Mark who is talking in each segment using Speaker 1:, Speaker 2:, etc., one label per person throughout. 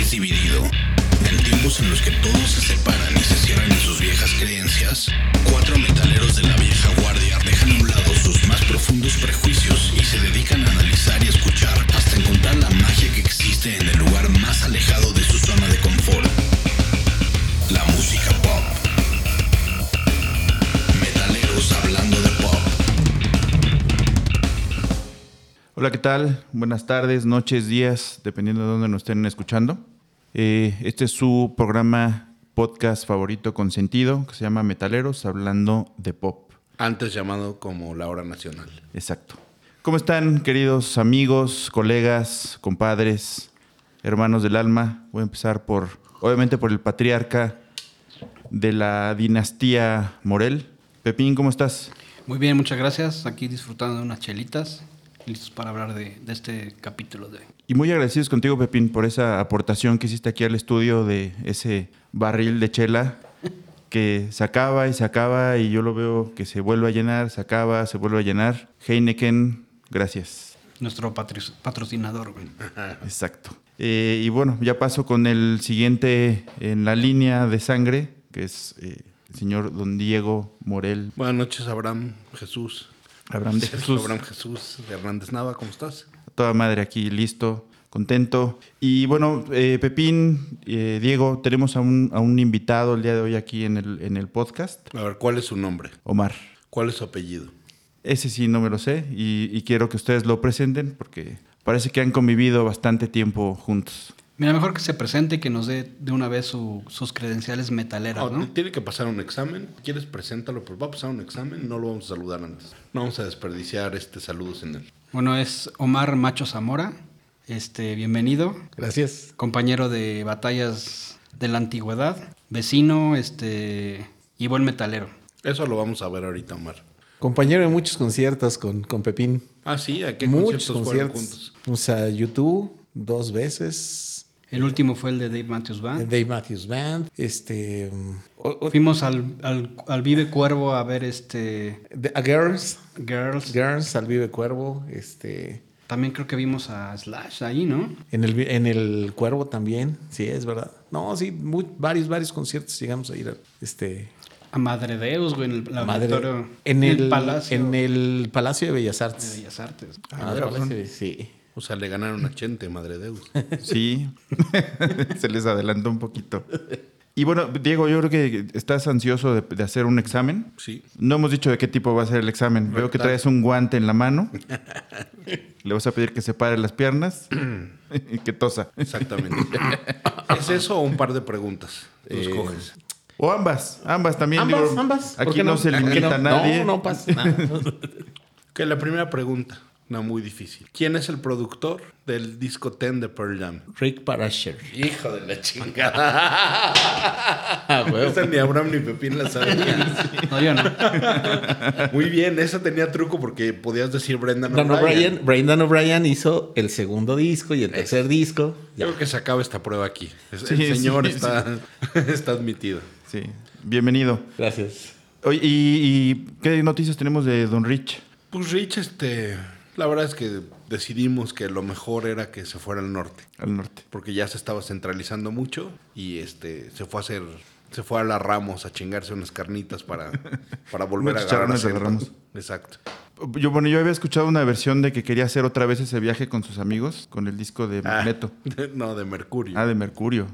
Speaker 1: es dividido. En tiempos en los que todos se separan y se cierran en sus viejas creencias, cuatro metaleros de la vieja guardia dejan a un lado sus más profundos prejuicios y se dedican a analizar y escuchar hasta encontrar la magia que existe en el lugar más alejado de su zona de confort. La música pop. Metaleros hablando de pop.
Speaker 2: Hola, ¿qué tal? Buenas tardes, noches, días, dependiendo de dónde nos estén escuchando. Eh, este es su programa podcast favorito con sentido, que se llama Metaleros Hablando de Pop.
Speaker 1: Antes llamado como la hora nacional.
Speaker 2: Exacto. ¿Cómo están, queridos amigos, colegas, compadres, hermanos del alma? Voy a empezar por, obviamente, por el patriarca de la dinastía Morel. Pepín, ¿cómo estás?
Speaker 3: Muy bien, muchas gracias. Aquí disfrutando de unas chelitas, listos para hablar de, de este capítulo de...
Speaker 2: Y muy agradecidos contigo, Pepín, por esa aportación que hiciste aquí al estudio de ese barril de chela que se acaba y se acaba y yo lo veo que se vuelve a llenar, se acaba, se vuelve a llenar. Heineken, gracias.
Speaker 3: Nuestro patri- patrocinador, güey.
Speaker 2: Exacto. Eh, y bueno, ya paso con el siguiente en la línea de sangre, que es eh, el señor don Diego Morel
Speaker 1: Buenas noches, Abraham Jesús.
Speaker 2: Abraham de
Speaker 1: Sergio
Speaker 2: Jesús.
Speaker 1: Abraham Jesús de Hernández Nava, ¿cómo estás?
Speaker 2: A Toda madre aquí, listo, contento. Y bueno, eh, Pepín, eh, Diego, tenemos a un, a un invitado el día de hoy aquí en el, en el podcast,
Speaker 1: A ver, ¿cuál es su nombre?
Speaker 2: Omar.
Speaker 1: ¿Cuál es su apellido?
Speaker 2: Ese sí no me lo sé y, y quiero que ustedes lo presenten porque parece que han convivido bastante tiempo juntos.
Speaker 3: Mira, mejor que se presente y que nos dé de una vez su- sus credenciales metaleras,
Speaker 1: Ah,
Speaker 3: ¿no?
Speaker 1: Tiene que pasar un examen. Si quieres, preséntalo, pero va a pasar un examen. No lo vamos a saludar antes. No vamos a desperdiciar este saludos en él.
Speaker 3: Bueno, es Omar Macho Zamora. Este, bienvenido.
Speaker 4: Gracias.
Speaker 3: Compañero de batallas de la antigüedad. Vecino, este... Y buen metalero.
Speaker 1: Eso lo vamos a ver ahorita, Omar.
Speaker 4: Compañero de muchos conciertos con, con Pepín.
Speaker 1: Ah, sí, ¿a qué
Speaker 4: muchos
Speaker 1: conciertos fueron
Speaker 4: conciertos. O sea, YouTube dos veces. Eh,
Speaker 3: El último fue el de Dave Matthews Band.
Speaker 4: Dave Matthews Band. Este. um, o- o-
Speaker 3: Fuimos al, al, al Vive Cuervo a ver este
Speaker 4: The- a Girls.
Speaker 3: Girls.
Speaker 4: Girls, al Vive Cuervo. Este.
Speaker 3: También creo que vimos a Slash ahí, ¿no?
Speaker 4: En el, vi- en el Cuervo también. Sí, es verdad. No, sí, muy- varios, varios conciertos llegamos a ir. a- este.
Speaker 3: A Madre Deus, güey, en el, el
Speaker 4: madre-
Speaker 3: auditorio-
Speaker 4: en el,
Speaker 3: Palacio
Speaker 4: En el Palacio de Bellas
Speaker 3: de
Speaker 4: Artes.
Speaker 3: Bellas Artes.
Speaker 4: Ah, del Palacio de- sí.
Speaker 1: O sea, le ganaron a Chente, madre Deus.
Speaker 2: Sí, se les adelantó un poquito. Y bueno, Diego, yo creo que estás ansioso de, de hacer un examen.
Speaker 1: Sí.
Speaker 2: No hemos dicho de qué tipo va a ser el examen. Veo que
Speaker 1: Rectal.
Speaker 2: traes un guante en la mano. Le vas a pedir que se pare las piernas y que tosa.
Speaker 1: Exactamente. ¿Es eso o un par de preguntas? Tú escoges.
Speaker 2: O ambas, ambas también.
Speaker 4: Ambas,
Speaker 2: digo,
Speaker 4: ambas. ¿por
Speaker 2: Aquí
Speaker 4: qué
Speaker 2: no? se
Speaker 4: ¿Por qué
Speaker 2: limita
Speaker 4: no?
Speaker 2: a nadie.
Speaker 4: No, no pasa nada.
Speaker 1: Que la primera pregunta, no muy difícil. ¿Quién es el productor del disco 10 de Pearl Jam?
Speaker 4: Rick Parasher.
Speaker 1: Hijo de la chingada. Esa ni Abraham ni Pepín la sabían.
Speaker 3: No, yo no.
Speaker 1: Muy bien, esa tenía truco porque podías decir Brendan
Speaker 4: Dan O'Brien. Brendan O'Brien hizo el segundo disco y el tercer disco.
Speaker 1: Yo creo que se acaba esta prueba aquí. Es-
Speaker 2: Sí,
Speaker 1: el señor
Speaker 2: sí,
Speaker 1: está, está admitido.
Speaker 2: Sí, bienvenido.
Speaker 4: Gracias.
Speaker 2: Oye, ¿y, y qué noticias tenemos de Don Rich?
Speaker 1: Pues Rich, este, la verdad es que decidimos que lo mejor era que se fuera al norte,
Speaker 2: Al norte.
Speaker 1: porque ya se estaba centralizando mucho y este se fue a hacer, se fue a la Ramos a chingarse unas carnitas para, para volver
Speaker 2: Unos
Speaker 1: a agarrar
Speaker 2: chicharrones de la
Speaker 1: acento.
Speaker 2: Ramos.
Speaker 1: Exacto.
Speaker 2: Yo, bueno, yo había escuchado una versión de que quería hacer otra vez ese viaje con sus amigos, con el disco de
Speaker 1: Ah,
Speaker 2: Magneto.
Speaker 1: no, de Mercurio.
Speaker 2: Ah, de Mercurio.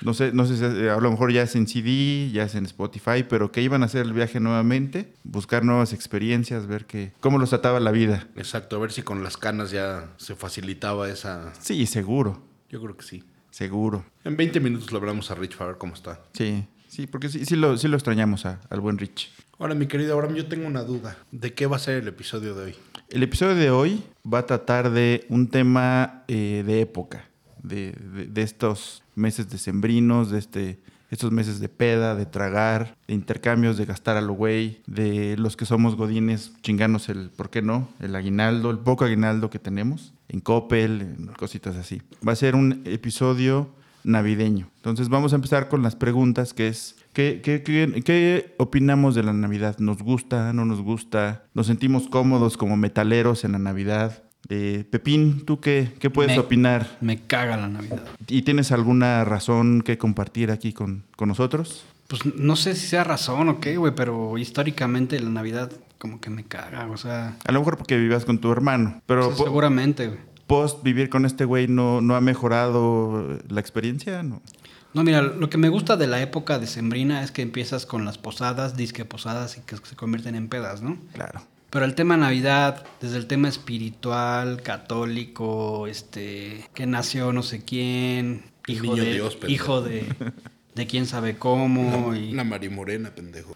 Speaker 2: No sé, no sé si eh, a lo mejor ya es en CD, ya es en Spotify, pero que iban a hacer el viaje nuevamente, buscar nuevas experiencias, ver que, cómo los ataba la vida.
Speaker 1: Exacto, a ver si con las canas ya se facilitaba esa.
Speaker 2: Sí, seguro,
Speaker 1: Yo creo que sí.
Speaker 2: seguro.
Speaker 1: En 20 minutos le hablamos a Rich para ver cómo está.
Speaker 2: Sí, sí, porque sí, sí lo, sí lo extrañamos a- al buen Rich.
Speaker 1: Ahora, mi querido Abraham, yo tengo una duda. ¿De qué va a ser el episodio de hoy?
Speaker 2: El episodio de hoy va a tratar de un tema eh, de época, de, de- de estos meses decembrinos, de este, estos meses de peda, de tragar, de intercambios, de gastar a lo güey, de los que somos godines chinganos el, ¿por qué no? El aguinaldo, el poco aguinaldo que tenemos, en Coppel, en cositas así. Va a ser un episodio navideño. Entonces vamos a empezar con las preguntas, que es, ¿qué, qué, qué- qué opinamos de la Navidad? ¿Nos gusta? ¿No nos gusta? ¿Nos sentimos cómodos como metaleros en la Navidad? Eh, Pepín, ¿tú qué, qué puedes
Speaker 3: Me-
Speaker 2: opinar?
Speaker 3: Me caga la Navidad.
Speaker 2: ¿Y tienes alguna razón que compartir aquí con, con nosotros?
Speaker 3: Pues no sé si sea razón o qué, güey, pero históricamente la Navidad como que me caga, o sea,
Speaker 2: A lo mejor porque vivías con tu hermano, pero
Speaker 3: sí,
Speaker 2: po-
Speaker 3: seguramente, güey.
Speaker 2: post vivir con este güey no, no ha mejorado la experiencia, ¿no?
Speaker 3: No, mira, lo que me gusta de la época decembrina es que empiezas con las posadas, disque posadas y que se convierten en pedas, ¿no?
Speaker 2: Claro.
Speaker 3: Pero el tema Navidad, desde el tema espiritual, católico, este, que nació no sé quién,
Speaker 1: El
Speaker 3: hijo
Speaker 1: niño
Speaker 3: de
Speaker 1: Dios, pendejo.
Speaker 3: hijo de de quién sabe cómo y
Speaker 1: Una marimorena, pendejo.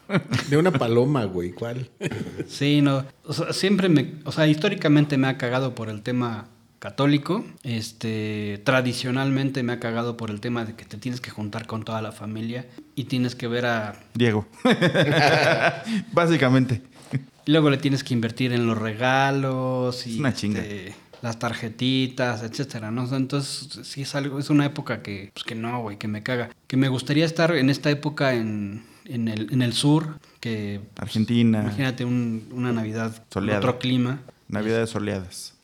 Speaker 4: De una paloma, güey. ¿Cuál?
Speaker 3: Sí, no. O sea, siempre me. O sea, históricamente me ha cagado por el tema católico. Este. Tradicionalmente me ha cagado por el tema de que te tienes que juntar con toda la familia y tienes que ver a.
Speaker 2: Diego. Básicamente.
Speaker 3: y Luego le tienes que invertir en los regalos y.
Speaker 2: Es una chinga.
Speaker 3: este, las tarjetitas, etcétera, ¿no? O sea, Entonces, sí es algo, es una época que, pues que no, güey, que me caga. Que me gustaría estar en esta época en, en, el, en el sur, que... pues,
Speaker 2: Argentina.
Speaker 3: Imagínate un- una Navidad,
Speaker 2: Soleada.
Speaker 3: otro clima.
Speaker 2: Navidades soleadas.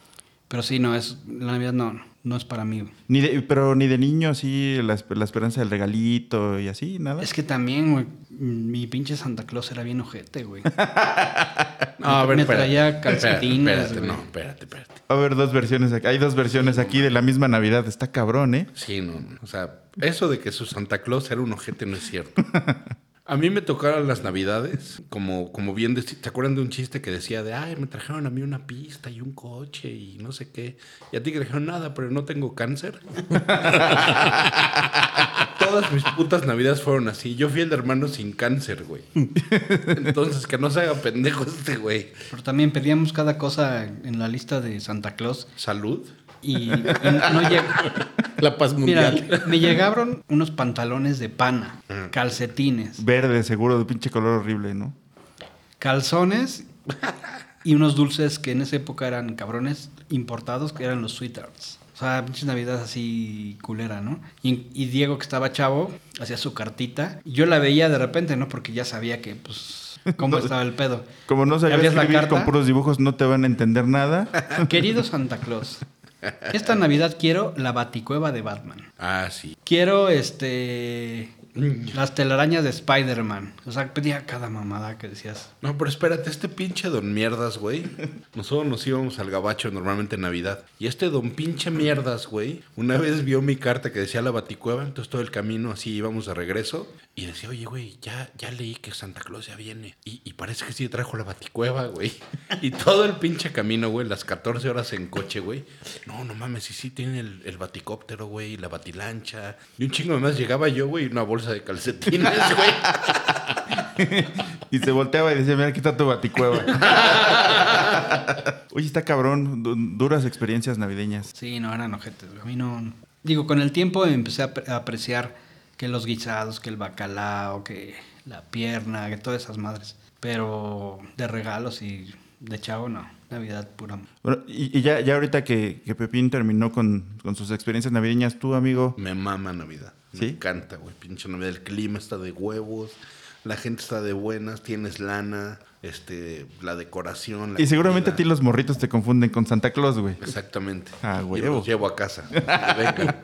Speaker 3: Pero sí, no, es, la Navidad no, no es para mí. güey.
Speaker 2: Ni de- pero ni de niño, sí, la, esp- la esperanza del regalito y así, nada.
Speaker 3: Es que también, güey, mi pinche Santa Claus era bien ojete, güey.
Speaker 1: No,
Speaker 2: Ah,
Speaker 1: a ver,
Speaker 3: Me
Speaker 1: espérate.
Speaker 3: traía calcetines,
Speaker 1: Espérate, espérate,
Speaker 3: güey.
Speaker 1: no, espérate, espérate.
Speaker 2: Va a haber dos versiones aquí. Hay dos versiones aquí de la misma Navidad. Está cabrón, ¿eh?
Speaker 1: Sí, no, no. O sea, eso de que su Santa Claus era un ojete no es cierto. A mí me tocaron las navidades, como, como bien, deci- ¿te acuerdan de un chiste que decía de, ay, me trajeron a mí una pista y un coche y no sé qué? Y a ti que trajeron nada, pero no tengo cáncer. Todas mis putas navidades fueron así. Yo fui el hermano sin cáncer, güey. Entonces, que no se haga pendejo este güey.
Speaker 3: Pero también pedíamos cada cosa en la lista de Santa Claus
Speaker 1: Salud.
Speaker 3: y, y no llegaba.
Speaker 4: La paz
Speaker 3: Mira,
Speaker 4: mundial.
Speaker 3: me llegaron unos pantalones de pana, calcetines,
Speaker 2: Verde, seguro, de pinche color horrible, ¿no?
Speaker 3: calzones y unos dulces que en esa época eran cabrones importados, que eran los sweethearts. O sea, pinches navidades así culera, ¿no? Y, y Diego, que estaba chavo, hacía su cartita. Y yo la veía de repente, ¿no? Porque ya sabía que, pues, cómo
Speaker 2: No.
Speaker 3: estaba el pedo.
Speaker 2: Como no sabías
Speaker 3: ¿Abrías la
Speaker 2: escribir
Speaker 3: carta?
Speaker 2: con puros dibujos, no te van a entender nada.
Speaker 3: Querido Santa Claus, esta Navidad quiero la baticueva de Batman.
Speaker 1: Ah, sí.
Speaker 3: Quiero, este... Las telarañas de Spider-Man. O sea, pedía cada mamada que decías.
Speaker 1: No, pero espérate, este pinche don mierdas, güey. Nosotros nos íbamos al gabacho normalmente en Navidad. Y este don pinche mierdas, güey, una vez vio mi carta que decía la baticueva, entonces todo el camino así íbamos de regreso. Y decía, oye, güey, ya, ya leí que Santa Claus ya viene. Y, y parece que sí trajo la baticueva, güey. Y todo el pinche camino, güey, las 14 horas en coche, güey. No, no mames, sí, sí, tiene el, el baticóptero, güey, la batilancha. Y un chingo de más llegaba yo, güey, una bolsa de calcetines, güey.
Speaker 2: Y se volteaba y decía, mira, aquí está tu baticueva. Oye, está cabrón, du- duras experiencias navideñas.
Speaker 3: Sí, no, eran ojetes. güey. A mí no... Digo, con el tiempo empecé a apre- a apreciar que los guisados, que el bacalao, que la pierna, que todas esas madres. Pero de regalos y de chavo, no. Navidad pura.
Speaker 2: Bueno, y, y ya, ya ahorita que, que Pepín terminó con, con sus experiencias navideñas, tú, amigo,
Speaker 1: Me mama Navidad. Me
Speaker 2: ¿Sí?
Speaker 1: encanta, güey. Pinche Navidad. El clima está de huevos. La gente está de buenas. Tienes lana. Este, la decoración. la
Speaker 2: y seguramente a ti
Speaker 1: comida.
Speaker 2: los morritos te confunden con Santa Claus, güey.
Speaker 1: Exactamente.
Speaker 2: Ah,
Speaker 1: Y
Speaker 2: huevo.
Speaker 1: los llevo a casa. Vengan.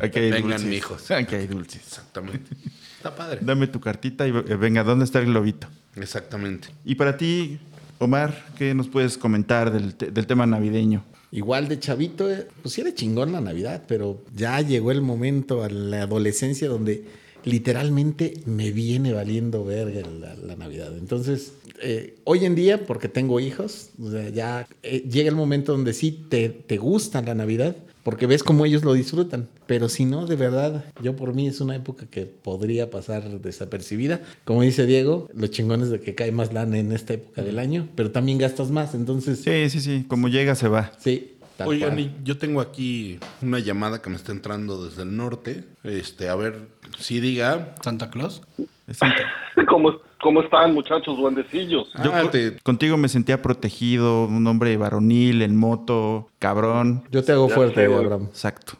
Speaker 2: Aquí hay
Speaker 1: Vengan,
Speaker 2: dulces.
Speaker 1: mijos.
Speaker 2: Aquí hay dulces.
Speaker 1: Exactamente. Está padre.
Speaker 2: Dame tu cartita y eh, venga, ¿dónde está el globito?
Speaker 1: Exactamente.
Speaker 2: Y para ti, Omar, ¿qué nos puedes comentar del, te- del tema navideño?
Speaker 4: Igual de chavito, eh, pues sí era chingón la Navidad, pero ya llegó el momento a la adolescencia donde literalmente me viene valiendo verga la, la Navidad. Entonces, eh, hoy en día, porque tengo hijos, o sea, ya eh, llega el momento donde sí te, te gusta la Navidad, porque ves cómo ellos lo disfrutan. Pero si no, de verdad, yo por mí es una época que podría pasar desapercibida. Como dice Diego, lo chingón es de que cae más lana en esta época del año, pero también gastas más. Entonces,
Speaker 2: Sí, sí, sí, como llega se va.
Speaker 4: Sí, tal
Speaker 1: Oigan,
Speaker 4: cual.
Speaker 1: y yo tengo aquí una llamada que me está entrando desde el norte. Este, a ver si diga.
Speaker 3: ¿Santa Claus?
Speaker 2: Es Santa-
Speaker 5: ¿Cómo, ¿Cómo están, muchachos duendecillos?
Speaker 2: Yo
Speaker 1: Ah,
Speaker 2: co-
Speaker 1: te-
Speaker 2: contigo me sentía protegido, un hombre varonil, en moto, cabrón.
Speaker 4: Yo te hago
Speaker 5: Ya
Speaker 4: fuerte,
Speaker 5: sé, güey.
Speaker 4: Abraham.
Speaker 2: Exacto.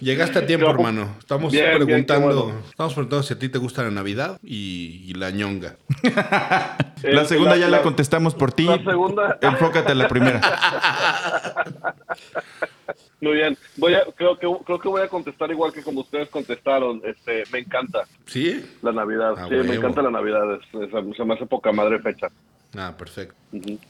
Speaker 1: Llegaste a tiempo,
Speaker 5: Yo-
Speaker 1: hermano. Estamos
Speaker 5: Bien, bien,
Speaker 1: preguntando,
Speaker 5: qué bueno.
Speaker 1: estamos preguntando si a ti te gusta la Navidad y, y la ñonga.
Speaker 2: La
Speaker 5: Eh,
Speaker 2: segunda ya la,
Speaker 5: la-
Speaker 2: contestamos por ti.
Speaker 5: la segunda.
Speaker 2: Enfócate en la primera.
Speaker 5: Muy bien. Voy a, creo, que, creo que voy a contestar igual que como ustedes contestaron. Este, me encanta
Speaker 1: ¿Sí?
Speaker 5: la Navidad.
Speaker 1: Ah,
Speaker 5: sí,
Speaker 1: huevo.
Speaker 5: me encanta la Navidad. Es- es- se me hace poca madre fecha.
Speaker 1: Ah, perfecto.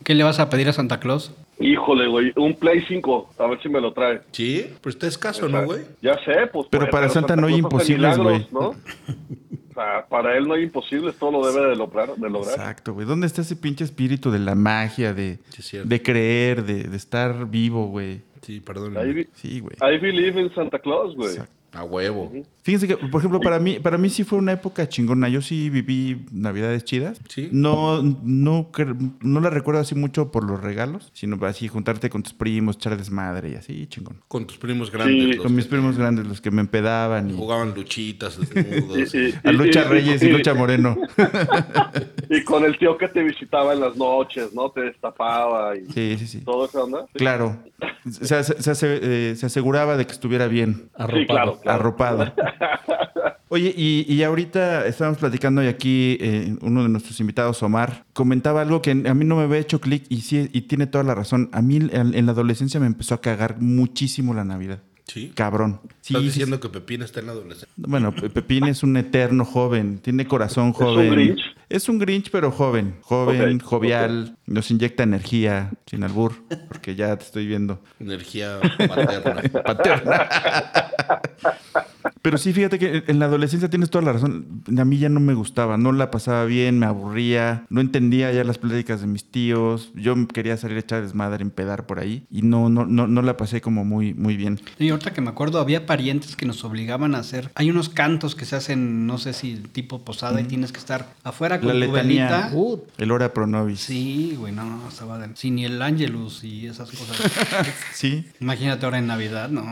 Speaker 3: ¿Qué le vas a pedir a Santa Claus?
Speaker 5: Híjole, güey. Un Play 5. A ver si me lo trae. Ah,
Speaker 1: ¿Sí? Pues Pero está escaso, ¿no, güey?
Speaker 5: Ya sé, pues.
Speaker 2: Pero
Speaker 5: pues,
Speaker 2: para Santa no hay
Speaker 5: Claus hace
Speaker 2: imposibles,
Speaker 5: milagros,
Speaker 2: güey.
Speaker 5: ¿no? O sea, para él no hay imposibles, todo lo debe de lograr. De lograr.
Speaker 2: Exacto, güey. ¿Dónde está ese pinche espíritu de la magia, de,
Speaker 1: Sí, es cierto.
Speaker 2: de creer, de, de estar vivo, güey?
Speaker 1: Sí, perdón.
Speaker 5: I, be-
Speaker 2: Sí, güey.
Speaker 5: I believe in Santa Claus, güey.
Speaker 2: Exacto.
Speaker 1: A huevo.
Speaker 2: Fíjense que, por ejemplo, para mí, para mí sí fue una época chingona. Yo sí viví navidades chidas.
Speaker 1: Sí.
Speaker 2: No, no, cre- no la recuerdo así mucho por los regalos, sino así juntarte con tus primos, echar desmadre y así, chingón.
Speaker 1: Con tus primos grandes.
Speaker 5: Sí.
Speaker 1: los
Speaker 2: Con mis
Speaker 1: que
Speaker 2: primos grandes, los que me empedaban y
Speaker 1: Jugaban luchitas, desnudos.
Speaker 5: Y- y-
Speaker 2: a Lucha
Speaker 5: y-
Speaker 2: Reyes y Lucha Moreno.
Speaker 5: Y con el tío que te visitaba en las noches, ¿no? Te destapaba y
Speaker 2: Sí, sí, sí.
Speaker 5: todo eso, onda. Sí.
Speaker 2: Claro. Se, se- se ase- eh, se aseguraba de que estuviera bien.
Speaker 4: Arropado.
Speaker 5: Sí, claro.
Speaker 2: Arropado. Oye, y, y ahorita estábamos platicando y aquí eh, uno de nuestros invitados, Omar, comentaba algo que a mí no me había hecho clic y sí, y tiene toda la razón. A mí en, en la adolescencia me empezó a cagar muchísimo la Navidad.
Speaker 1: ¿Sí?
Speaker 2: Cabrón. Sí,
Speaker 1: Estás
Speaker 2: sí,
Speaker 1: diciendo que Pepín está en la adolescencia.
Speaker 2: sí. Bueno, Pe- Pepín es un eterno joven, tiene corazón
Speaker 5: un
Speaker 2: joven.
Speaker 5: Grinch?
Speaker 2: Es un Grinch, pero joven. Joven,
Speaker 5: Ok,
Speaker 2: jovial, nos inyecta energía, sin albur, porque ya te estoy viendo.
Speaker 1: Energía paterna.
Speaker 2: paterna. Pero sí, fíjate que en la adolescencia tienes toda la razón. A mí ya no me gustaba, no la pasaba bien, me aburría, no entendía ya las pláticas de mis tíos. Yo quería salir a echar desmadre, empedar por ahí y no, no, no, no la pasé como muy, muy bien.
Speaker 3: Y ahorita que me acuerdo, había parientes que nos obligaban a hacer. Hay unos cantos que se hacen, no sé si tipo posada, y tienes que estar afuera con
Speaker 2: La
Speaker 3: tu
Speaker 2: letanía,
Speaker 3: velita.
Speaker 4: Uh.
Speaker 2: el hora pro nobis.
Speaker 3: Sí, güey, no, no, estaba de. Sí, ni el Angelus y esas cosas.
Speaker 2: Sí,
Speaker 3: Imagínate ahora en Navidad, no.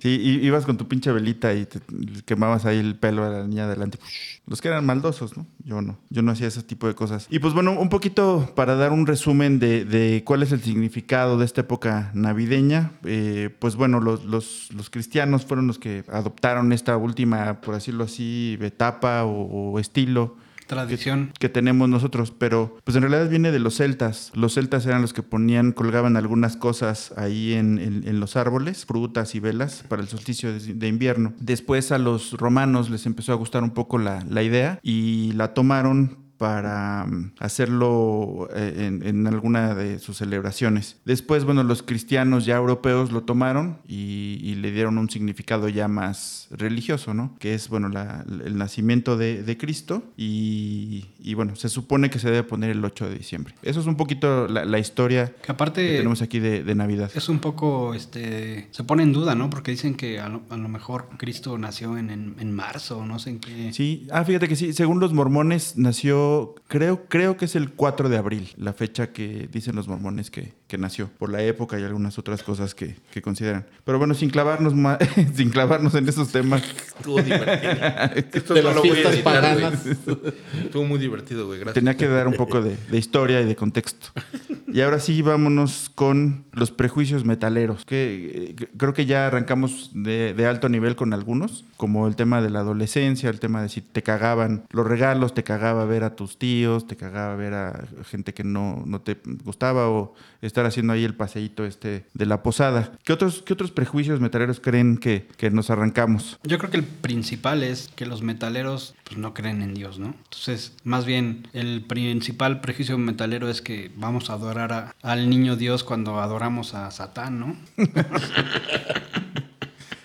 Speaker 2: sí, y ibas con tu pinche velita y te quemabas ahí el pelo a la niña adelante. Los que eran maldosos, ¿no? Yo no, yo no hacía ese tipo de cosas. Y pues bueno, un poquito para dar un resumen de, de cuál es el significado de esta época navideña, eh, pues bueno, los, los- los cristianos fueron los que adoptaron esta última, por decirlo así, etapa o- o estilo
Speaker 3: Tradición.
Speaker 2: que tenemos nosotros, pero pues en realidad viene de los celtas. Los celtas eran los que ponían, colgaban algunas cosas ahí en, en- en los árboles, frutas y velas para el solsticio de, de invierno. Después a los romanos les empezó a gustar un poco la, la idea y la tomaron para mm, hacerlo eh, en, en alguna de sus celebraciones. Después, bueno, los cristianos ya europeos lo tomaron y, y le dieron un significado ya más religioso, ¿no? Que es, bueno, la- el nacimiento de, de Cristo y, y, bueno, se supone que se debe poner el 8 de diciembre. Eso es un poquito la, la historia
Speaker 3: Que
Speaker 2: que
Speaker 3: aparte
Speaker 2: tenemos aquí de, de Navidad.
Speaker 3: es un poco, este, se pone en duda, ¿no? Porque dicen que a lo, a lo mejor Cristo nació en, en, en marzo, no sé en qué.
Speaker 2: Sí, ah, fíjate que sí, según los mormones nació, creo, creo que es el 4 de abril, la fecha que dicen los mormones que, que nació, por la época y algunas otras cosas que, que consideran. Pero bueno, sin clavarnos ma- sin clavarnos en esos temas.
Speaker 1: Estuvo divertido. Esto
Speaker 4: De
Speaker 1: no
Speaker 4: las
Speaker 1: lo voy a
Speaker 4: fiestas
Speaker 1: editar, güey.
Speaker 4: paganas.
Speaker 1: Estuvo muy divertido, güey. Gracias.
Speaker 2: Tenía que dar un poco de, de historia y de contexto. Y ahora sí, vámonos con los prejuicios metaleros, que eh, creo que ya arrancamos de, de alto nivel con algunos, como el tema de la adolescencia, el tema de si te cagaban los regalos, te cagaba ver a tus tíos, te cagaba ver a gente que no, no te gustaba o estar haciendo ahí el paseíto este de la posada. ¿Qué otros, qué otros prejuicios metaleros creen que, que nos arrancamos?
Speaker 3: Yo creo que el principal es que los metaleros pues, no creen en Dios, ¿no? Entonces, más bien, el principal prejuicio metalero es que vamos a adorar a- al niño Dios cuando adoramos a Satán, ¿no?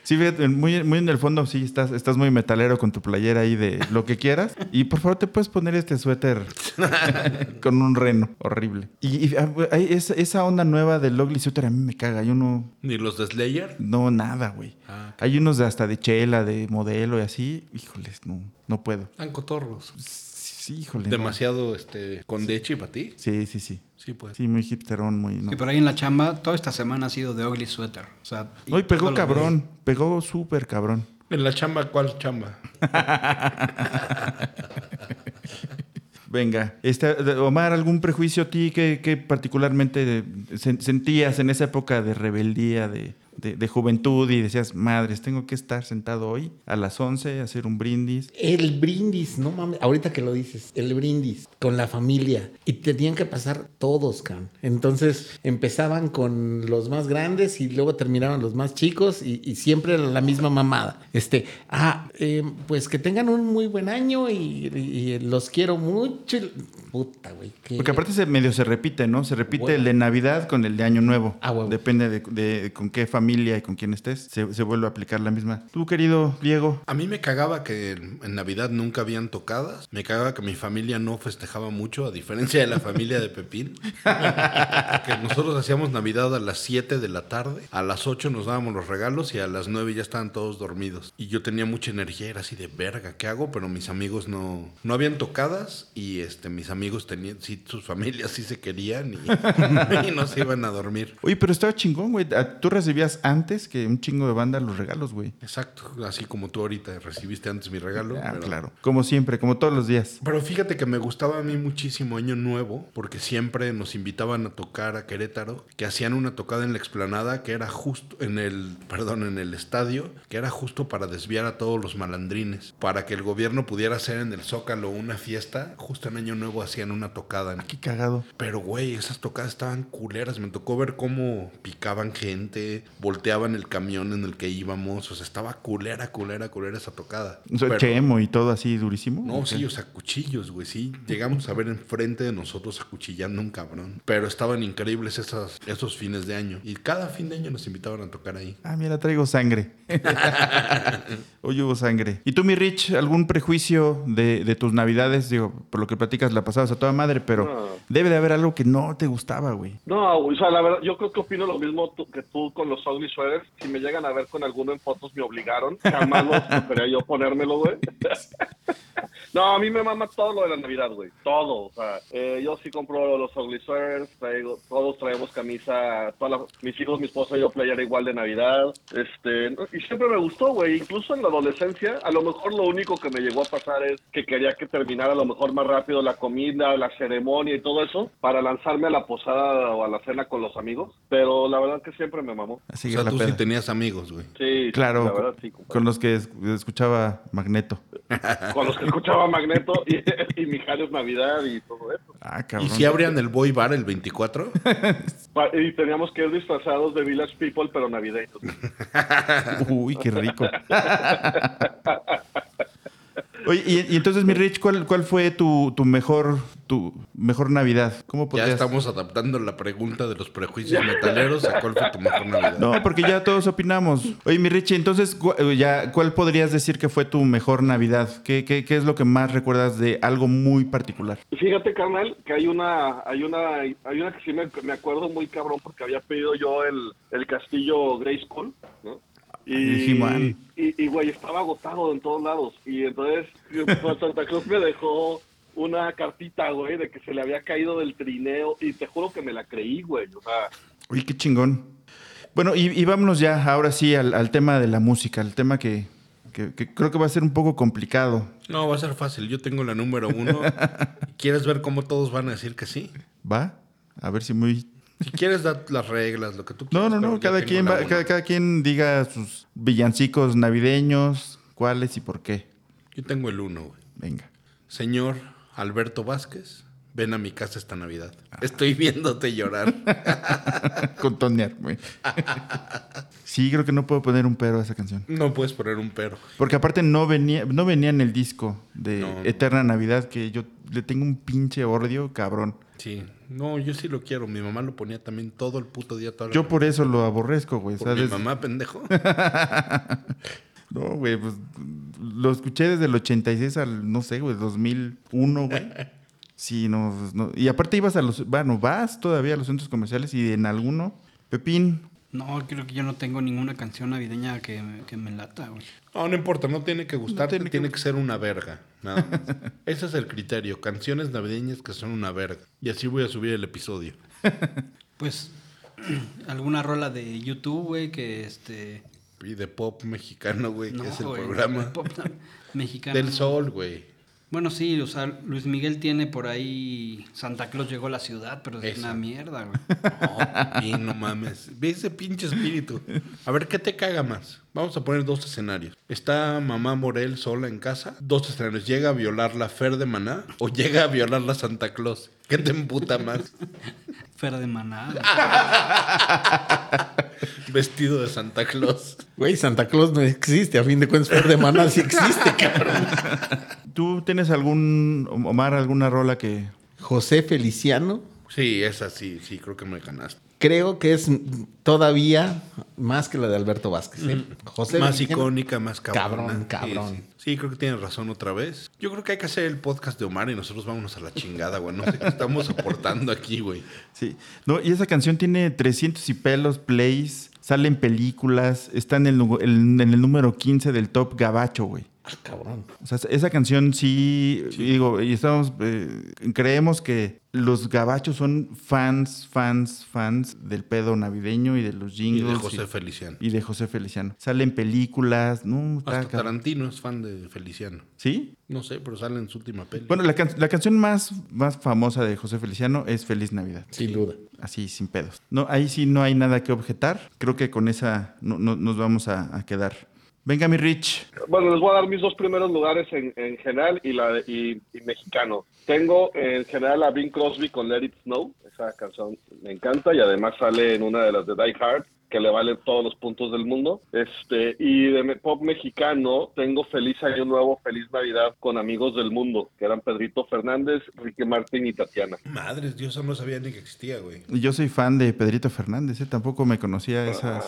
Speaker 2: Sí, fíjate, muy, muy en el fondo sí estás, estás muy metalero con tu playera ahí de lo que quieras. Y por favor te puedes poner este suéter con un reno horrible. Y, y, ah, güey, hay esa, esa onda nueva del ugly suéter a mí me caga. Yo no,
Speaker 1: Ni los de Slayer.
Speaker 2: no nada, güey.
Speaker 1: Ah.
Speaker 2: Hay unos de hasta de chela, de modelo y así. Híjoles, no, no puedo.
Speaker 1: Tan cotorros.
Speaker 2: Sí, híjole. no.
Speaker 1: Demasiado este, con deche para ti.
Speaker 2: Sí, sí, sí.
Speaker 1: Sí, pues.
Speaker 2: Sí, muy hipsterón, muy... No,
Speaker 3: Que por ahí en la chamba, toda esta semana ha sido de ugly sweater. O sea,
Speaker 2: No, y eh. pegó
Speaker 3: todos los días.
Speaker 2: cabrón. Pegó súper cabrón.
Speaker 1: En la chamba, ¿cuál chamba?
Speaker 2: Venga, este, de- Omar, ¿algún prejuicio a ti que, que particularmente sen- sentías en esa época de rebeldía, de, de, de juventud y decías, madres, tengo que estar sentado hoy a las 11, hacer un brindis.
Speaker 4: El brindis, no mames, ahorita que lo dices, el brindis con la familia. Y tenían que pasar todos, can. Entonces empezaban con los más grandes y luego terminaban los más chicos y, y siempre era la misma mamada. Este, ah, eh, pues que tengan un muy buen año y, y- y los quiero mucho. y- Puta, güey. qué-
Speaker 2: Porque aparte se medio se repite, ¿no? Se repite
Speaker 4: Huevo.
Speaker 2: el de Navidad con el de Año Nuevo.
Speaker 4: Ah, huevo.
Speaker 2: Depende de, de con qué familia y con quién estés. Se, se vuelve a aplicar la misma. Tú, querido Diego,
Speaker 1: A mí me cagaba que en Navidad nunca habían tocadas. Me cagaba que mi familia no festejaba mucho, a diferencia de la familia de Pepín. que nosotros hacíamos Navidad a las 7 de la tarde, a las 8 nos dábamos los regalos y a las 9 ya estaban todos dormidos. Y yo tenía mucha energía, era así de verga, ¿qué hago? Pero mis amigos no, no habían tocadas y este, mis amigos tenían, sí, sus familias sí se querían y, y no se iban a dormir.
Speaker 2: Oye, pero estaba chingón, güey. Ah, Tú recibías antes que un chingo de banda los regalos, güey.
Speaker 1: Exacto, así como tú ahorita recibiste antes mi regalo.
Speaker 2: Ah,
Speaker 1: pero-
Speaker 2: claro. Como siempre, como todos los días.
Speaker 1: Pero fíjate que me gustaba a mí muchísimo Año Nuevo, porque siempre nos invitaban a tocar a Querétaro, que hacían una tocada en la explanada que era justo en el, perdón, en el estadio, que era justo para desviar a todos los malandrines, para que el gobierno pudiera hacer en el Zócalo una fiesta, justo en Año Nuevo hacían una tocada.
Speaker 2: Qué cagado.
Speaker 1: Pero, güey, esas tocadas estaban culeras. Me tocó ver cómo picaban gente, volteaban el camión en el que íbamos. O sea, estaba culera, culera, culera esa tocada.
Speaker 2: O sea,
Speaker 1: Pero-
Speaker 2: chemo y todo así durísimo.
Speaker 1: no,
Speaker 2: Ok.
Speaker 1: sí, o sea, cuchillos, güey, sí. Llegamos a ver enfrente de nosotros acuchillando a un cabrón. Pero estaban increíbles esas, esos fines de año. Y cada fin de año nos invitaban a tocar ahí.
Speaker 2: Ah, mira, traigo sangre. Hoy hubo sangre. ¿Y tú, mi Rich, algún prejuicio de, de tus navidades? Digo, por lo que platicas, la pasabas a toda madre, pero
Speaker 5: No.
Speaker 2: debe de haber algo que no te gustaba, güey.
Speaker 5: No, o sea, la verdad, yo creo que opino lo mismo tú- que tú con los ugly sweaters. Si me llegan a ver con alguno en fotos, me obligaron. Jamás los prefería yo ponérmelo, güey. No, a mí me mama todo lo de la Navidad, güey. Todo, o sea, eh, yo sí compro los ugly sweaters, traigo, todos traemos camisa, toda la- mis hijos, mi esposa y yo playera igual de Navidad. Este, no, y siempre me gustó, güey. Incluso en la adolescencia, a lo mejor lo único que me llegó a pasar es que quería que terminara a lo mejor más rápido la comida, la ceremonia y todo eso para lanzarme a la posada o a la cena con los amigos. Pero la verdad que siempre me mamó.
Speaker 2: Así
Speaker 1: o sea,
Speaker 2: la
Speaker 1: tú
Speaker 2: peda.
Speaker 1: sí tenías amigos, güey.
Speaker 5: Sí,
Speaker 2: Claro,
Speaker 5: la verdad, sí, compadre.
Speaker 2: con los que es- escuchaba Magneto.
Speaker 5: con los que escuchaba Magneto y, y Mijares Navidad y todo eso.
Speaker 2: Ah, cabrón.
Speaker 1: ¿Y si abrían el Boy Bar el 24?
Speaker 5: Pa- Y teníamos que ir disfrazados de Village People, pero navideños.
Speaker 2: Uy, qué rico. Oye, y, y entonces, mi Rich, ¿cuál, cuál fue tu, tu mejor tu mejor Navidad? ¿Cómo
Speaker 1: ya
Speaker 2: podrías...?
Speaker 1: estamos adaptando la pregunta de los prejuicios metaleros a cuál fue tu mejor Navidad.
Speaker 2: No, porque ya todos opinamos. Oye, mi Richie, entonces, cu- eh, ya, ¿cuál podrías decir que fue tu mejor Navidad? ¿Qué, qué, qué es lo que más recuerdas de algo muy particular?
Speaker 5: Fíjate, carnal, que hay una, hay una, hay una que sí me, me acuerdo muy cabrón porque había pedido yo el, el castillo Grayskull, ¿no?
Speaker 2: El He-Man.
Speaker 5: y, y, güey, estaba agotado en todos lados. Y entonces pues, Santa Cruz me dejó una cartita, güey, de que se le había caído del trineo. Y te juro que me la creí, güey. O sea,
Speaker 2: Uy, qué chingón. Bueno, y, y vámonos ya ahora sí al, al tema de la música, al tema que, que- que creo que va a ser un poco complicado.
Speaker 1: No, va a ser fácil. Yo tengo la número uno. ¿Quieres ver cómo todos van a decir que sí?
Speaker 2: ¿Va? A ver si muy...
Speaker 1: Si quieres, dar las reglas, lo que tú
Speaker 2: No,
Speaker 1: quieras.
Speaker 2: no,
Speaker 1: pero
Speaker 2: no,
Speaker 1: yo
Speaker 2: cada
Speaker 1: tengo
Speaker 2: quien,
Speaker 1: la
Speaker 2: va-
Speaker 1: uno.
Speaker 2: cada, cada quien diga sus villancicos navideños, cuáles y por qué.
Speaker 1: Yo tengo el uno, güey.
Speaker 2: Venga.
Speaker 1: Señor Alberto Vázquez, ven a mi casa esta Navidad. Estoy viéndote llorar.
Speaker 2: Contonear, güey. Sí, creo que no puedo poner un pero a esa canción.
Speaker 1: No puedes poner un pero.
Speaker 2: Porque aparte no venía, no venía en el disco de
Speaker 1: No, no.
Speaker 2: Eterna Navidad, que yo le tengo un pinche odio, cabrón.
Speaker 1: Sí. No, yo sí lo quiero. Mi mamá lo ponía también todo el puto día. Toda la
Speaker 2: Yo por eso lo aborrezco, güey.
Speaker 1: Por mi
Speaker 2: ¿sabes?
Speaker 1: mamá, pendejo.
Speaker 2: No, güey, pues lo escuché desde el 86 al, no sé, güey, 2001, güey. Sí, no, pues, no. Y aparte ibas a los, bueno, vas todavía a los centros comerciales y en alguno, Pepín,
Speaker 3: No, creo que yo no tengo ninguna canción navideña que, me- que me lata, güey.
Speaker 1: No, no importa. No tiene que gustarte.
Speaker 2: tiene
Speaker 1: tiene,
Speaker 2: que-
Speaker 1: que... ser una verga. Nada más. Ese es el criterio. Canciones navideñas que son una verga. Y así voy a subir el episodio.
Speaker 3: Pues alguna rola de YouTube, güey, que este...
Speaker 1: Y de pop mexicano, güey, que
Speaker 3: no,
Speaker 1: es el
Speaker 3: güey,
Speaker 1: programa.
Speaker 3: pop na- mexicano.
Speaker 1: Del sol, güey.
Speaker 3: Bueno, sí, o sea, Luis Miguel tiene por ahí Santa Claus llegó a la ciudad, pero es
Speaker 1: Esa.
Speaker 3: una mierda, güey.
Speaker 1: No, y no mames. Ve ese pinche espíritu. A ver, ¿qué te caga más? Vamos a poner dos escenarios. Está mamá Morel sola en casa. Dos escenarios. ¿Llega a violar la Fer de Maná o llega a violar la Santa Claus? ¿Qué te emputa más?
Speaker 3: Fer de maná. güey.
Speaker 1: Ah, Vestido de Santa Claus.
Speaker 4: Güey, Santa Claus no existe. A fin de cuentas, Fer de Maná sí existe, cabrón.
Speaker 2: ¿Tú tienes algún, Omar, alguna rola que...
Speaker 4: José Feliciano.
Speaker 1: Sí, esa sí, sí, creo que me ganaste.
Speaker 4: Creo que es todavía más que la de Alberto Vázquez. ¿eh? José
Speaker 1: más
Speaker 4: Feliciano.
Speaker 1: icónica, más cabrona. Sí,
Speaker 4: Cabrón, cabrón.
Speaker 1: Sí, Sí, creo que tienes razón otra vez. Yo creo que hay que hacer el podcast de Omar y nosotros vámonos a la chingada, güey. No sé qué estamos aportando aquí, güey.
Speaker 2: Sí. No, y esa canción tiene 300 y pelos plays, sale en películas, está en el, nu- el- en el número 15 del Top Gabacho, güey.
Speaker 4: Ah, cabrón.
Speaker 2: O sea, esa canción sí, digo, y estamos, eh, creemos que los gabachos son fans, fans, fans del pedo navideño y de los
Speaker 1: Y
Speaker 2: jingles.
Speaker 1: de José Feliciano.
Speaker 2: y de José Feliciano. Sale en películas, no, Ah, está
Speaker 1: Hasta
Speaker 2: cabrón.
Speaker 1: Tarantino es fan de Feliciano.
Speaker 2: ¿Sí?
Speaker 1: No sé, pero sale en su última peli.
Speaker 2: Bueno, la, can- la canción más, más famosa de José Feliciano es Feliz Navidad.
Speaker 4: Sin duda.
Speaker 2: Así, sin pedos. No, ahí sí no hay nada que objetar. Creo que con esa no- no- nos vamos a, a quedar. Venga, mi Rich.
Speaker 5: Bueno, les voy a dar mis dos primeros lugares en, en general y, la, y, y mexicano. Tengo en general a Bing Crosby con Let It Snow. Esa canción me encanta y además sale en una de las de Die Hard que le valen todos los puntos del mundo. Este Y de me- pop mexicano tengo Feliz Año Nuevo, Feliz Navidad con Amigos del Mundo, que eran Pedrito Fernández, Ricky Martín y Tatiana.
Speaker 1: Madres, Dios, no sabía ni que existía, güey.
Speaker 2: Yo soy fan de Pedrito Fernández, ¿eh? tampoco me conocía esas,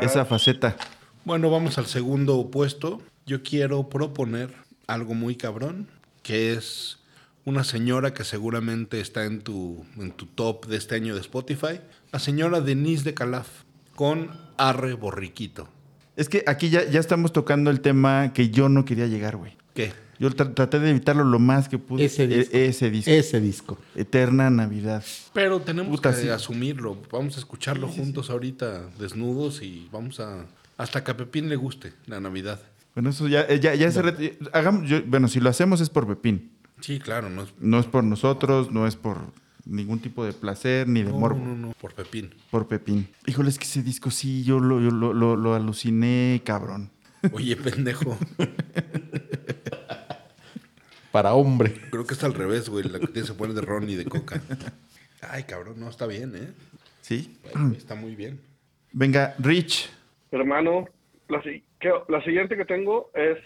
Speaker 2: esa faceta.
Speaker 1: Bueno, vamos al segundo puesto. Yo quiero proponer algo muy cabrón, que es una señora que seguramente está en tu, en tu top de este año de Spotify, la señora Denise de Calaf, con Arre Borriquito.
Speaker 2: Es que aquí ya, ya estamos tocando el tema que yo no quería llegar, güey.
Speaker 1: ¿Qué?
Speaker 2: Yo tra- traté de evitarlo lo más que pude.
Speaker 4: Ese
Speaker 2: E-
Speaker 4: disco.
Speaker 2: ese disco.
Speaker 4: Ese disco.
Speaker 2: Eterna Navidad.
Speaker 1: Pero tenemos
Speaker 2: Puta,
Speaker 1: que
Speaker 2: sí.
Speaker 1: asumirlo. Vamos a escucharlo juntos ahorita, desnudos, y vamos a... Hasta que a Pepín le guste la Navidad.
Speaker 2: Bueno, eso ya, eh, ya, ya se re- eh, hagamos, yo- bueno, si lo hacemos es por Pepín.
Speaker 1: Sí, claro, no es...
Speaker 2: No es por nosotros, no es por ningún tipo de placer ni de
Speaker 1: No,
Speaker 2: morbo.
Speaker 1: no, no, por Pepín.
Speaker 2: Por Pepín. Híjole, es que ese disco sí, yo lo, yo lo, lo- lo aluciné, cabrón.
Speaker 1: Oye, pendejo.
Speaker 4: Para hombre.
Speaker 1: Creo que está al revés, güey. La que tienes que poner de ron y de coca. Ay, cabrón, no, está bien, ¿eh?
Speaker 2: ¿Sí?
Speaker 1: Está muy bien.
Speaker 2: Venga, Rich.
Speaker 5: Hermano, la, si- que- la siguiente que tengo es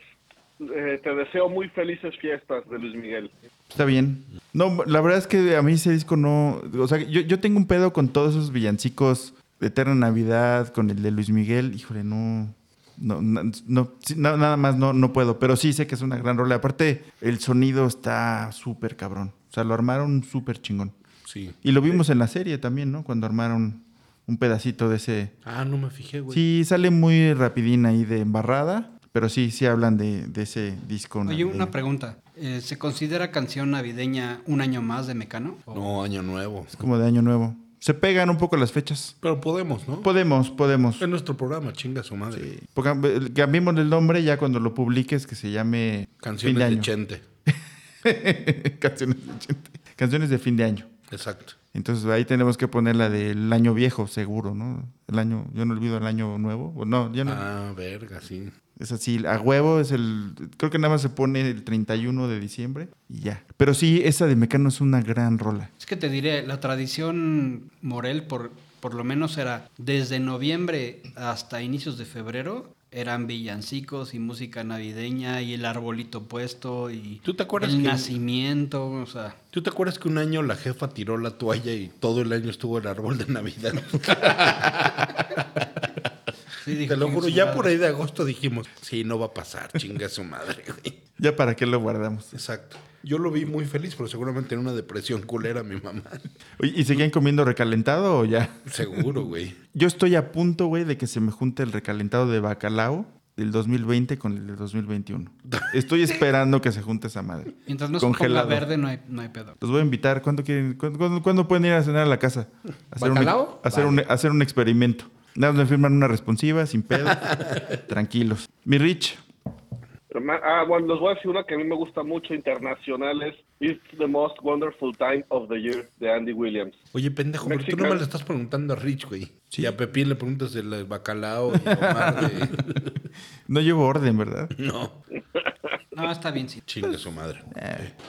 Speaker 5: eh, Te deseo muy felices fiestas de Luis Miguel.
Speaker 2: Está bien. No, la verdad es que a mí ese disco no. O sea, yo, yo tengo un pedo con todos esos villancicos de Eterna Navidad, con el de Luis Miguel. Híjole, no. No, na- no, sí, na- nada más no, no puedo, pero sí sé que es una gran rola. Aparte, el sonido está súper cabrón. O sea, lo armaron súper chingón.
Speaker 1: Sí.
Speaker 2: Y lo vimos en la serie también, ¿no? Cuando armaron un pedacito de ese,
Speaker 1: Ah, no me fijé, güey.
Speaker 2: Sí, sale muy rapidín ahí de embarrada, pero sí, sí hablan de, de ese disco.
Speaker 3: Oye,
Speaker 2: navideño.
Speaker 3: una pregunta. Eh, ¿Se considera canción navideña un año más de Mecano?
Speaker 1: No, año nuevo.
Speaker 2: Es como de Año Nuevo. Se pegan un poco las fechas.
Speaker 1: Pero podemos, ¿no?
Speaker 2: Podemos, podemos.
Speaker 1: Es nuestro programa, chinga su madre.
Speaker 2: Sí. Ponga- eh, Cambiemos el nombre ya cuando lo publiques que se llame
Speaker 1: Canciones de Chente.
Speaker 2: año. Canciones de Chente. Canciones de fin de año.
Speaker 1: Exacto.
Speaker 2: Entonces ahí tenemos que poner la del año viejo, seguro, ¿no? El año, yo no olvido el año nuevo. O no, yo no.
Speaker 1: Ah, verga, sí.
Speaker 2: Es así, a huevo es el. Creo que nada más se pone el 31 de diciembre y ya. Pero sí, esa de Mecano es una gran rola.
Speaker 3: Es que te diré, la tradición Morel, por, por lo menos era desde noviembre hasta inicios de febrero, eran villancicos y música navideña y el arbolito puesto y
Speaker 1: ¿Tú te acuerdas
Speaker 3: el
Speaker 1: que-
Speaker 3: nacimiento, o sea...
Speaker 1: ¿Tú te acuerdas que un año la jefa tiró la toalla y todo el año estuvo el árbol de Navidad?
Speaker 3: sí, dije,
Speaker 1: Te lo
Speaker 3: "Chingue
Speaker 1: juro,
Speaker 3: su
Speaker 1: ya
Speaker 3: madre".
Speaker 1: por ahí de agosto dijimos, sí, no va a pasar, chinga su madre, güey.
Speaker 2: Ya para qué lo guardamos.
Speaker 1: Exacto. Yo lo vi muy feliz, pero seguramente en una depresión culera mi mamá.
Speaker 2: Oye, ¿Y seguían comiendo recalentado o ya?
Speaker 1: Seguro, güey.
Speaker 2: Yo estoy a punto, güey, de que se me junte el recalentado de bacalao del 2020 con el del 2021. Estoy esperando que se junte esa madre.
Speaker 3: Mientras no
Speaker 2: Congelado.
Speaker 3: se ponga verde, no hay, no hay pedo.
Speaker 2: Los voy a invitar. ¿Cuándo, quieren, cuándo, cuándo- cuándo pueden ir a cenar a la casa? Hacer un,
Speaker 4: ¿Bacalao?
Speaker 2: hacer, un, hacer un experimento. Nada, más me firman una responsiva, sin pedo. Tranquilos. Mi Rich,
Speaker 5: Herma- Ah, bueno, les voy a decir una que a mí me gusta mucho, internacional, es It's the Most Wonderful Time of the Year, de Andy Williams.
Speaker 1: Oye, pendejo, pero tú
Speaker 5: Mexican.
Speaker 1: nomás le estás preguntando a Rich, güey.
Speaker 2: Sí.
Speaker 1: Y a Pepín le preguntas el bacalao y a Omar de-
Speaker 2: No llevo orden, ¿verdad?
Speaker 1: No, Eh,
Speaker 3: No, está bien, sí.
Speaker 1: chingue su madre.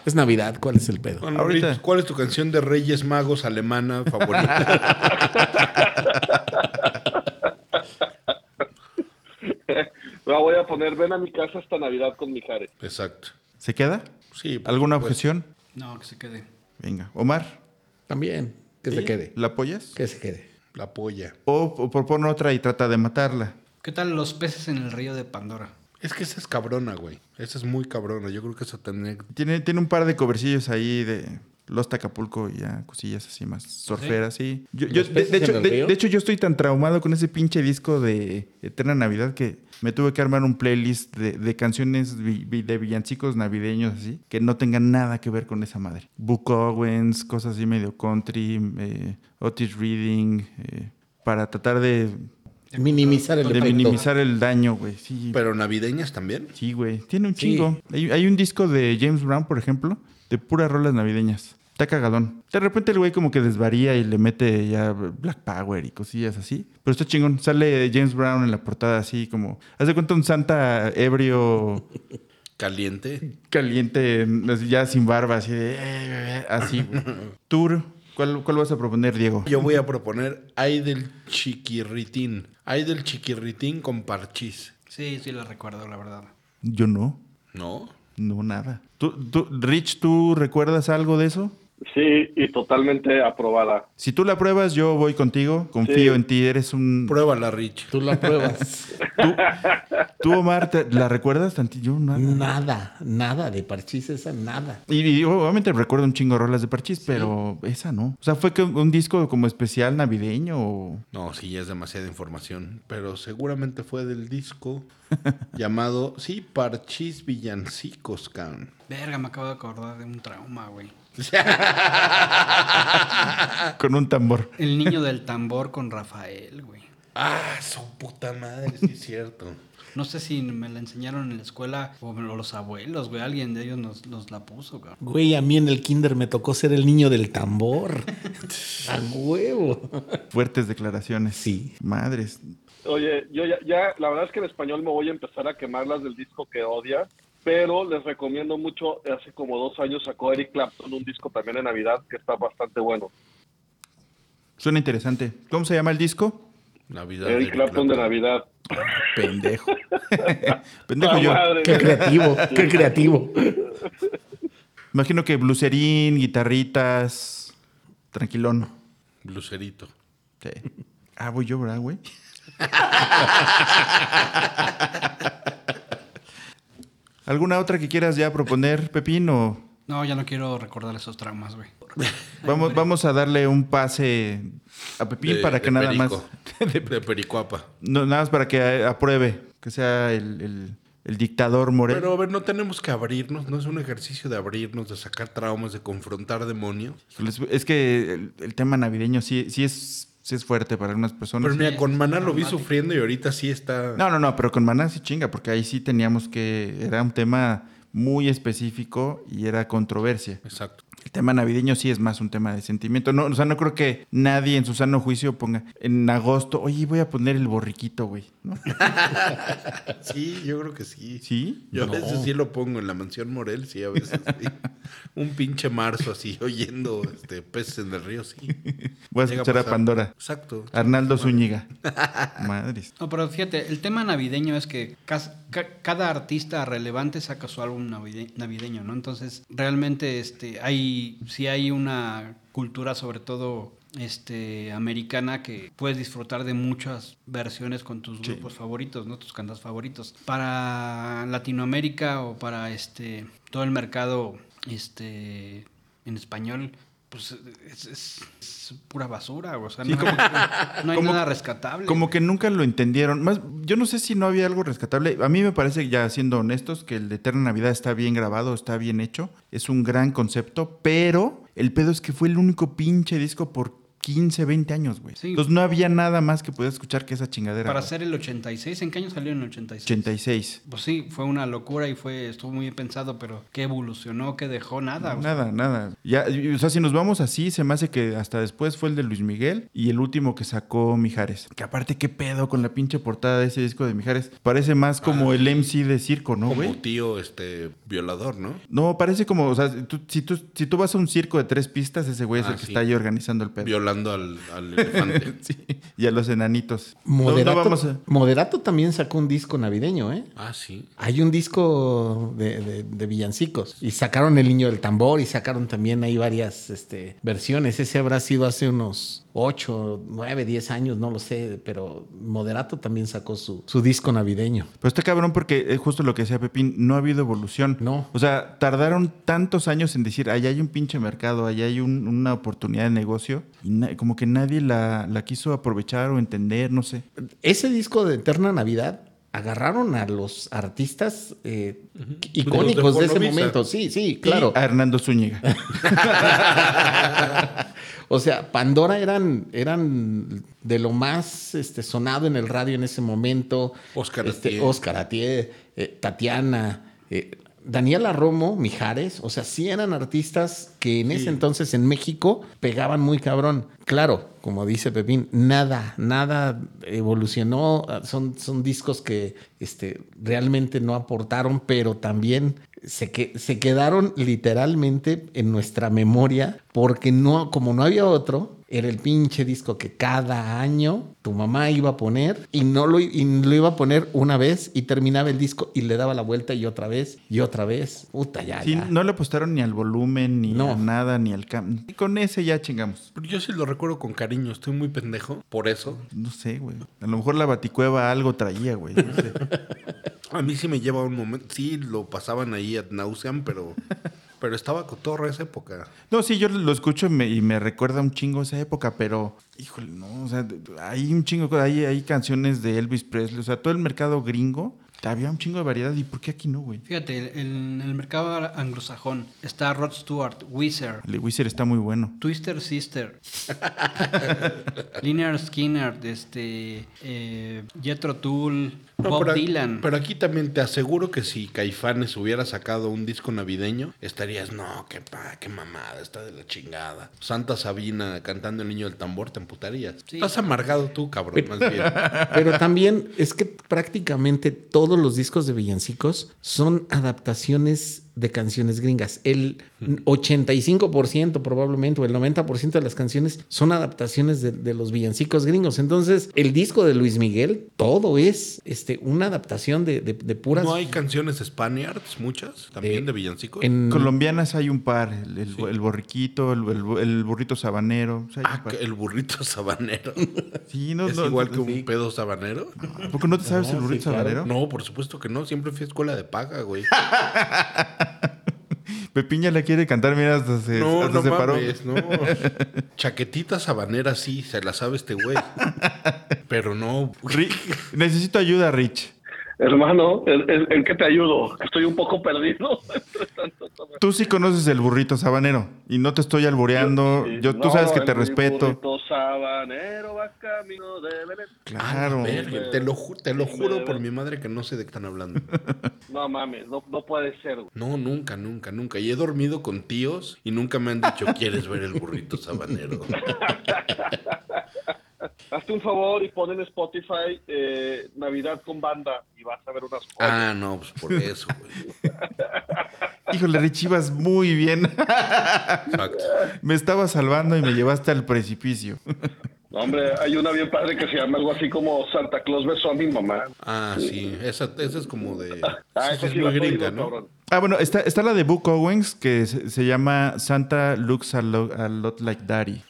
Speaker 4: Es Navidad, ¿cuál es el pedo?
Speaker 1: Bueno,
Speaker 2: Ahorita.
Speaker 1: Rich, ¿cuál es tu canción de Reyes Magos alemana favorita?
Speaker 5: La voy a poner, ven a mi casa esta Navidad con Mijares.
Speaker 1: Exacto.
Speaker 2: ¿Se queda?
Speaker 1: Sí. pues, por
Speaker 2: ¿Alguna
Speaker 4: Pues,
Speaker 1: supuesto.
Speaker 2: objeción?
Speaker 3: No, que se quede.
Speaker 2: Venga. Omar,
Speaker 4: También, que se quede.
Speaker 2: ¿la apoyas?
Speaker 4: Que se quede.
Speaker 1: La polla.
Speaker 2: O, o propone otra y trata de matarla.
Speaker 3: ¿Qué tal los peces en el río de Pandora?
Speaker 1: Es que esa es cabrona, güey. Esa es muy cabrona. Yo creo que esa tendría...
Speaker 2: Tiene, tiene un par de covercillos ahí de Los Tacapulco y ya cosillas así más surferas, sí. Yo- yo-
Speaker 4: ¿Los
Speaker 2: de,
Speaker 4: peces
Speaker 2: de
Speaker 4: en
Speaker 2: hecho,
Speaker 4: el
Speaker 2: de-
Speaker 4: río?
Speaker 2: de hecho, yo estoy tan traumado con ese pinche disco de Eterna Navidad que me tuve que armar un playlist de, de canciones vi- vi- de villancicos navideños así que no tengan nada que ver con esa madre. Book Owens, cosas así medio country, eh, Otis Reading, eh, para tratar de,
Speaker 4: Minimizar el
Speaker 2: de
Speaker 4: efecto.
Speaker 2: minimizar el daño, güey. Sí,
Speaker 1: Pero navideñas también.
Speaker 2: Sí, güey. Tiene un
Speaker 4: Sí.
Speaker 2: chingo. Hay, hay un disco de James Brown, por ejemplo, de puras rolas navideñas. Está cagadón. De repente el güey como que desvaría y le mete ya Black Power y cosillas así. Pero está chingón. Sale James Brown en la portada así como... Haz de cuenta un santa ebrio
Speaker 1: Caliente.
Speaker 2: caliente, así ya sin barba, así de... eh, Así, güey. Tour. ¿Cuál, ¿Cuál vas a proponer, Diego?
Speaker 1: Yo voy a proponer Ay del Chiquirritín. Ay del Chiquirritín con parchís.
Speaker 3: Sí, sí la recuerdo, la verdad.
Speaker 2: Yo no.
Speaker 1: ¿No?
Speaker 2: No, nada. ¿Tú, tú, Rich, ¿tú recuerdas algo de eso?
Speaker 5: Sí, y totalmente aprobada.
Speaker 2: Si tú la pruebas, yo voy contigo. Confío
Speaker 5: Sí.
Speaker 2: en ti. Eres un...
Speaker 1: Pruébala, Rich.
Speaker 4: Tú la pruebas.
Speaker 2: ¿Tú, tú, Omar, te- ¿la recuerdas tantito? Yo nada.
Speaker 4: Mm. nada, nada de parchís esa, nada.
Speaker 2: Y, y obviamente recuerdo un chingo de rolas de parchís, pero esa no. O sea, fue que un, un disco como especial navideño o...
Speaker 1: No, sí, ya es demasiada información. Pero seguramente fue del disco llamado, sí, Parchís Villancicos, cabrón.
Speaker 3: Verga, me acabo de acordar de un trauma, güey.
Speaker 2: con un tambor.
Speaker 3: El niño del tambor con Rafael, güey.
Speaker 1: Ah, su puta madre, sí es cierto.
Speaker 3: No sé si me la enseñaron en la escuela o me- o los abuelos, güey. Alguien de ellos nos, nos la puso, cabrón.
Speaker 4: Güey, a mí en el kinder me tocó ser el niño del tambor. a huevo.
Speaker 2: Fuertes declaraciones.
Speaker 4: Sí.
Speaker 2: Madres.
Speaker 5: Oye, yo ya, ya, la verdad es que en español me voy a empezar a quemar las del disco que odia, pero les recomiendo mucho, hace como dos años sacó Eric Clapton un disco también en Navidad que está bastante bueno.
Speaker 2: Suena interesante. ¿Cómo se llama el disco?
Speaker 1: Navidad.
Speaker 5: Eric
Speaker 1: Eric
Speaker 5: Clapton de Navidad.
Speaker 2: Pendejo. Pendejo
Speaker 5: ¡Ah,
Speaker 2: yo.
Speaker 5: madre!
Speaker 4: Qué creativo, qué creativo.
Speaker 2: Imagino que bluserín, guitarritas, tranquilón.
Speaker 1: Lucerito.
Speaker 2: Sí. Ah, voy yo, ¿verdad, güey? ¿Alguna otra que quieras ya proponer, Pepín? O
Speaker 3: No, ya no quiero recordar esos traumas, güey.
Speaker 2: vamos, vamos a darle un pase a Pepín
Speaker 1: De-
Speaker 2: para
Speaker 1: de
Speaker 2: que nada
Speaker 1: Perico.
Speaker 2: más.
Speaker 1: De, Pericuapa.
Speaker 2: no, nada más para que apruebe, que sea el, el- el dictador Moreno.
Speaker 1: Pero a ver, no tenemos que abrirnos, no es un ejercicio de abrirnos, de sacar traumas, de confrontar demonios.
Speaker 2: Es que el, el tema navideño sí, sí, es, sí es fuerte para algunas personas.
Speaker 1: Pero mira,
Speaker 3: sí,
Speaker 1: con
Speaker 3: es
Speaker 1: Maná lo vi
Speaker 3: traumático.
Speaker 1: sufriendo y ahorita sí está.
Speaker 2: No, no, no, pero con Maná sí chinga, porque ahí sí teníamos que. Era un tema muy específico y era controversia.
Speaker 1: Exacto.
Speaker 2: El tema navideño sí es más un tema de sentimiento. No, o sea, no creo que nadie en su sano juicio ponga en agosto, oye, voy a poner el borriquito, güey. ¿No?
Speaker 1: Sí, yo creo que sí.
Speaker 2: ¿Sí?
Speaker 1: Yo a veces sí lo pongo en la mansión Morel, sí, a veces sí. Un pinche marzo así, oyendo este, peces en el río, sí.
Speaker 2: Voy a
Speaker 1: Llega
Speaker 2: escuchar a
Speaker 1: pasar.
Speaker 2: Pandora. Ah,
Speaker 1: Exacto.
Speaker 2: Arnaldo Zúñiga. Madres.
Speaker 3: No, pero fíjate, el tema navideño es que cas- ca- cada artista relevante saca su álbum navide- navideño, ¿no? Entonces, realmente este hay sí hay una cultura sobre todo este americana que puedes disfrutar de muchas versiones con tus grupos favoritos, ¿no? Tus cantantes favoritos. Para Latinoamérica o para este todo el mercado este en español pues es, es- es pura basura, o sea, no, hay, no hay
Speaker 2: como-
Speaker 3: nada rescatable.
Speaker 2: Como que nunca lo entendieron. Más, yo no sé si no había algo rescatable. A mí me parece, ya siendo honestos, que el de Eterna Navidad está bien grabado, está bien hecho. Es un gran concepto, pero el pedo es que fue el único pinche disco por 15, 20 años, güey.
Speaker 3: Sí.
Speaker 2: Entonces no había nada más que pudieras escuchar que esa chingadera.
Speaker 3: Para
Speaker 2: güey.
Speaker 3: hacer el 86, ¿en qué año salió en el 86?
Speaker 2: 86.
Speaker 3: Pues sí, fue una locura y fue estuvo muy bien pensado, pero que evolucionó, que dejó nada. o sea,
Speaker 2: Nada, nada. Ya, y- o sea, si nos vamos así, se me hace que hasta después fue el de Luis Miguel y el último que sacó Mijares. Que aparte, qué pedo con la pinche portada de ese disco de Mijares. Parece más como el MC de circo, ¿no,
Speaker 1: Como
Speaker 2: güey?
Speaker 1: tío este violador, ¿no?
Speaker 2: No, parece como, o sea, tú- si, tú, si tú vas a un circo de tres pistas, ese güey es
Speaker 1: Ah,
Speaker 2: el que
Speaker 1: sí.
Speaker 2: está ahí organizando el pedo.
Speaker 1: Violando al, al elefante.
Speaker 2: Sí, y a los enanitos. No, no
Speaker 4: Moderato,
Speaker 2: vamos a-
Speaker 4: Moderato también sacó un disco navideño, ¿eh?
Speaker 1: Ah, sí.
Speaker 4: Hay un disco de, de- de villancicos y sacaron El Niño del Tambor y sacaron también ahí varias este, versiones. Ese habrá sido hace unos 8, 9, 10 años, no lo sé, pero Moderato también sacó su, su disco navideño.
Speaker 2: Pero está cabrón porque es justo lo que decía Pepín, no ha habido evolución.
Speaker 4: No.
Speaker 2: O sea, tardaron tantos años en decir, allá hay un pinche mercado, allá hay un- una oportunidad de negocio. Y na- como que nadie la, la quiso aprovechar o entender, no sé.
Speaker 4: Ese disco de Eterna Navidad agarraron a los artistas eh, icónicos
Speaker 1: Los de
Speaker 4: de, ese
Speaker 1: Fonovisa.
Speaker 4: momento. Sí, sí, claro.
Speaker 2: Y a Hernando Zúñiga.
Speaker 4: O sea, Pandora eran, eran de lo más este, sonado en el radio en ese momento.
Speaker 1: Óscar
Speaker 4: Este,
Speaker 1: Atié.
Speaker 4: Óscar Atié, eh, Tatiana, eh, Daniela Romo, Mijares. O sea, sí eran artistas que en ese entonces en México pegaban muy cabrón. Claro, como dice Pepín, nada, nada evolucionó. Ah, Son, son discos que este, realmente no aportaron, pero también se, que, se quedaron literalmente en nuestra memoria porque no, como no había otro, era el pinche disco que cada año tu mamá iba a poner y no lo, i- y lo iba a poner una vez y terminaba el disco y le daba la vuelta y otra vez y otra vez. Puta, ya,
Speaker 2: Sí,
Speaker 4: Ah, ya.
Speaker 2: no le apostaron ni al volumen, ni
Speaker 4: No.
Speaker 2: a nada, ni al cam. Y con ese ya chingamos.
Speaker 1: Pero yo sí lo recuerdo con cariño, estoy muy pendejo. Por eso.
Speaker 2: No sé, güey. A lo mejor la baticueva algo traía, güey. No sé.
Speaker 1: A mí sí me lleva un momento. Sí, lo pasaban ahí ad nauseam, pero, pero estaba cotorra esa época.
Speaker 2: No, sí, yo lo escucho y me, y me recuerda un chingo esa época, pero, híjole, no, o sea, hay un chingo, de cosas, hay, hay canciones de Elvis Presley, o sea, todo el mercado gringo, había un chingo de variedad, ¿y por qué aquí no, güey?
Speaker 3: Fíjate, en el mercado anglosajón está Rod Stewart, Weezer,
Speaker 2: El de Wizard está muy bueno.
Speaker 3: Twister Sister, Linear Skinner, este, eh, Jethro Tull,
Speaker 1: No,
Speaker 3: Bob
Speaker 1: pero,
Speaker 3: Dylan.
Speaker 1: pero aquí también te aseguro que si Caifanes hubiera sacado un disco navideño, estarías, no, qué, pa, qué mamada, está de la chingada. Santa Sabina cantando El Niño del Tambor, te emputarías.
Speaker 3: Sí.
Speaker 1: Estás amargado tú, cabrón, más bien.
Speaker 4: Pero también es que prácticamente todos los discos de villancicos son adaptaciones de canciones gringas. El 85% probablemente o el 90% de las canciones son adaptaciones de, de los villancicos gringos. Entonces, el disco de Luis Miguel, todo es este, una adaptación de, de- de puras...
Speaker 1: ¿No hay canciones Spaniards, muchas, también
Speaker 4: Eh,
Speaker 1: de villancicos?
Speaker 4: en-
Speaker 2: Colombianas hay un par, el, el- el borriquito, el, el- el burrito sabanero. o sea, hay un
Speaker 1: Ah,
Speaker 2: par.
Speaker 1: que el burrito sabanero.
Speaker 2: Sí, no,
Speaker 1: ¿Es
Speaker 2: no,
Speaker 1: igual que un
Speaker 2: sí.
Speaker 1: pedo sabanero?
Speaker 2: ¿A poco no te sabes
Speaker 4: No,
Speaker 2: el
Speaker 4: sí,
Speaker 2: burrito
Speaker 4: claro.
Speaker 2: sabanero?
Speaker 1: No, por supuesto que no. Siempre fui a escuela de paga, güey.
Speaker 2: Pepiña la quiere cantar, mira, hasta se,
Speaker 1: No,
Speaker 2: hasta
Speaker 1: no
Speaker 2: se paró.
Speaker 1: mames, no. Chaquetita sabanera sí, se la sabe este güey. Pero no.
Speaker 2: Ri- necesito ayuda, Rich.
Speaker 5: Hermano, ¿en, en- en qué te ayudo? Que Estoy un poco perdido.
Speaker 2: Tú sí conoces el burrito sabanero y no te estoy alboreando. Yo, tú
Speaker 5: No,
Speaker 2: sabes que
Speaker 5: el
Speaker 2: te respeto.
Speaker 5: burrito sabanero va camino de Belén.
Speaker 4: Ah,
Speaker 2: Claro.
Speaker 1: Verga, te lo, ju- te lo
Speaker 5: Sí,
Speaker 1: juro
Speaker 5: me-
Speaker 1: por mi madre que no sé de qué están hablando.
Speaker 5: No mames, no, no puede ser. güey.
Speaker 1: No, nunca, nunca, nunca. Y he dormido con tíos y nunca me han dicho, ¿quieres ver el burrito sabanero?
Speaker 5: Hazte un favor y pon en Spotify eh, Navidad con banda y vas a ver unas cosas.
Speaker 1: Ah, no, pues por eso, güey.
Speaker 2: Híjole, Rich, ibas muy bien.
Speaker 1: Exacto.
Speaker 2: me estaba salvando y me llevaste al precipicio.
Speaker 5: No, hombre, hay una bien padre que se llama algo así como Santa Claus besó a mi mamá.
Speaker 1: Ah, sí. Esa, esa es como de.
Speaker 5: Ah,
Speaker 1: esa
Speaker 5: eso
Speaker 1: es
Speaker 5: sí,
Speaker 1: muy
Speaker 5: la he
Speaker 1: gringa,
Speaker 5: oído,
Speaker 1: ¿no?
Speaker 5: cabrón.
Speaker 2: Ah, bueno, está, está la de Book Owens que se, se llama Santa Looks a, Lo- a Lot Like Daddy.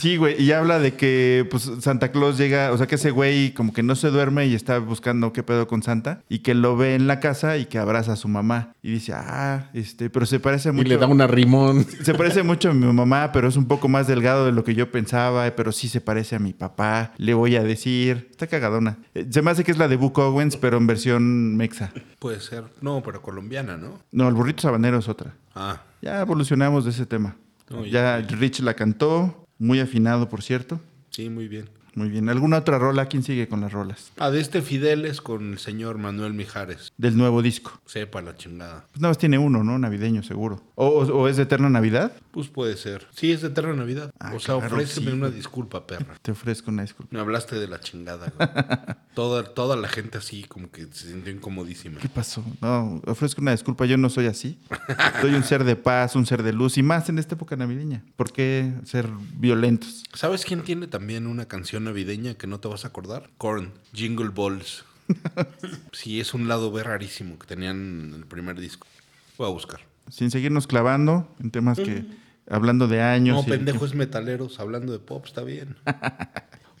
Speaker 2: Sí, güey, y habla de que pues, Santa Claus llega, o sea, que ese güey como que no se duerme y está buscando qué pedo con Santa, y que lo ve en la casa y que abraza a su mamá. Y dice, ah, este, pero se parece
Speaker 4: Y
Speaker 2: mucho.
Speaker 4: le da una rimón.
Speaker 2: Se parece mucho a mi mamá, pero es un poco más delgado de lo que yo pensaba, pero sí se parece a mi papá, le voy a decir. Está cagadona. Eh, Se me hace que es la de Book Owens, pero en versión mexa.
Speaker 1: Puede ser. No, pero colombiana, ¿no?
Speaker 2: No, el burrito sabanero es otra.
Speaker 1: Ah.
Speaker 2: Ya evolucionamos de ese tema.
Speaker 1: No, y-
Speaker 2: ya Rich la cantó, muy afinado, por cierto.
Speaker 1: Sí, muy bien.
Speaker 2: Muy bien. ¿Alguna otra rola? ¿Quién sigue con las rolas?
Speaker 1: Ah, de este Fideles con el señor Manuel Mijares.
Speaker 2: Del nuevo disco.
Speaker 1: Sepa la chingada.
Speaker 2: Pues nada más tiene uno, ¿no? Navideño, seguro. ¿O, o- o es de Eterna Navidad?
Speaker 1: Pues puede ser. Sí, es de Eterna Navidad.
Speaker 2: Ah,
Speaker 1: o sea,
Speaker 2: claro,
Speaker 1: ofréceme
Speaker 2: sí,
Speaker 1: una
Speaker 2: güey.
Speaker 1: disculpa, perra.
Speaker 2: Te ofrezco una disculpa.
Speaker 1: Me hablaste de la chingada, güey. toda, toda la gente así, como que se sintió incomodísima.
Speaker 2: ¿Qué pasó? No, ofrezco una disculpa, yo no soy así. Soy un ser de paz, un ser de luz y más en esta época navideña. ¿Por qué ser violentos?
Speaker 1: ¿Sabes quién tiene también una canción navideña que no te vas a acordar? Korn, Jingle Balls. sí, es un lado B rarísimo que tenían en el primer disco. Voy a buscar.
Speaker 2: Sin seguirnos clavando en temas que hablando de años.
Speaker 1: No,
Speaker 2: y-
Speaker 1: pendejos metaleros hablando de pop, está bien.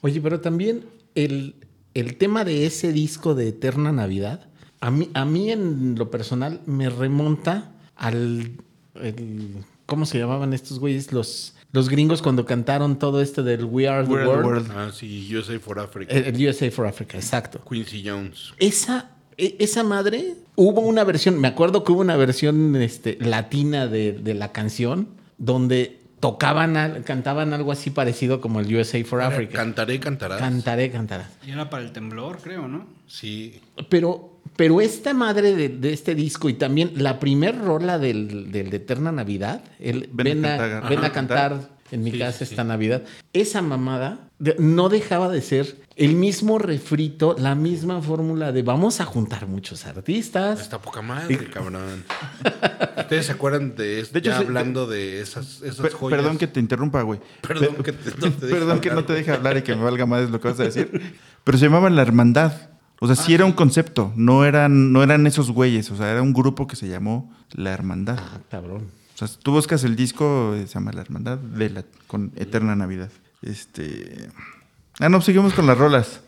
Speaker 4: Oye, pero también el, el tema de ese disco de Eterna Navidad, a mí, a mí en lo personal me remonta al... el- ¿Cómo se llamaban estos güeyes? Los, los gringos cuando cantaron todo esto del We Are the
Speaker 2: We Are the
Speaker 4: World.
Speaker 2: World.
Speaker 1: Ah, sí, Yo soy for Africa.
Speaker 2: Eh,
Speaker 4: El, el USA for Africa, exacto.
Speaker 1: Quincy Jones.
Speaker 4: Esa, e- esa madre, hubo una versión, me acuerdo que hubo una versión este, latina de, de la canción donde tocaban, al- cantaban algo así parecido como el USA for Africa.
Speaker 1: Cantaré, cantarás.
Speaker 4: Cantaré, cantarás.
Speaker 3: Y era para el temblor, creo, ¿no?
Speaker 1: sí.
Speaker 4: Pero, pero esta madre de, de este disco y también la primer rola del, del de Eterna Navidad, el
Speaker 2: Ven
Speaker 4: Ven,
Speaker 2: a
Speaker 4: a,
Speaker 2: cantar.
Speaker 4: ven a
Speaker 2: Ajá.
Speaker 4: cantar en mi
Speaker 1: Sí,
Speaker 4: casa
Speaker 1: sí, sí.
Speaker 4: esta Navidad, esa mamada de- no dejaba de ser el mismo refrito, la misma fórmula de vamos a juntar muchos artistas.
Speaker 1: Está poca madre, cabrón. ¿Ustedes se acuerdan de esto?
Speaker 2: De hecho,
Speaker 1: ya
Speaker 2: sí,
Speaker 1: hablando de esas, esas
Speaker 2: Per-
Speaker 1: joyas.
Speaker 2: perdón que te interrumpa, güey.
Speaker 1: Perdón que te- no te deje
Speaker 2: Perdón que no
Speaker 1: hablar.
Speaker 2: te deje hablar y que me valga más lo que vas a decir. Pero se llamaban La Hermandad. O sea, sí
Speaker 1: Ah.
Speaker 2: era un concepto. No eran, no eran esos güeyes. O sea, era un grupo que se llamó La Hermandad.
Speaker 4: Ah, cabrón.
Speaker 2: O sea, si tú buscas el disco, eh, se llama La Hermandad, de la, con Eterna Navidad. Este. Ah, no, seguimos con las rolas.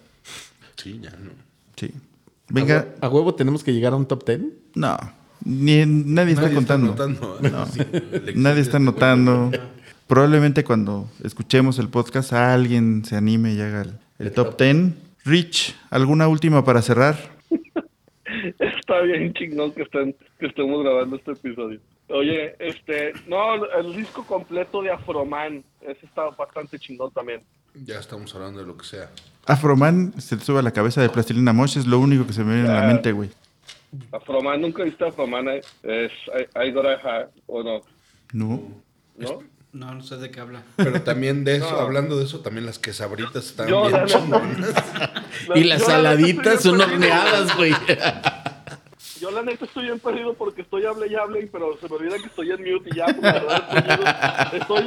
Speaker 1: Sí, ya, ¿no?
Speaker 2: Sí.
Speaker 4: ¿A,
Speaker 2: Venga,
Speaker 4: hue- a huevo tenemos que llegar a un top ten.
Speaker 2: no. Ni, nadie, está contando.
Speaker 1: ¿eh? Sí, el
Speaker 2: Nadie está
Speaker 1: exceso.
Speaker 2: notando. Probablemente cuando escuchemos el podcast, alguien se anime y haga el, el top 10. Rich, ¿alguna última para cerrar?
Speaker 5: Está bien chingón que, estén, que estemos grabando este episodio. Oye, este, no, el disco completo de Afroman, ese está bastante chingón también.
Speaker 1: Ya estamos hablando de lo que sea.
Speaker 2: Afroman se te sube a la cabeza de Plastilina Mosh, es lo único que se me viene
Speaker 5: Ah.
Speaker 2: a la mente, güey.
Speaker 5: Afroman, nunca viste Afroman, eh? es I, I Gotta Have, o no,
Speaker 2: No.
Speaker 5: ¿no?
Speaker 3: No, no sé de qué habla.
Speaker 1: Pero también de eso,
Speaker 5: No.
Speaker 1: hablando de eso, también las quesabritas están
Speaker 5: Yo, la
Speaker 1: bien
Speaker 5: neta-
Speaker 1: chingonas.
Speaker 4: Y las
Speaker 5: yo, la neta,
Speaker 4: saladitas
Speaker 5: estoy
Speaker 4: son
Speaker 5: bien perdido.
Speaker 4: horneadas, güey.
Speaker 5: Yo la neta estoy bien perdido porque estoy hable y hable, pero se me olvida que estoy en mute y ya, pues, la verdad, estoy, ido,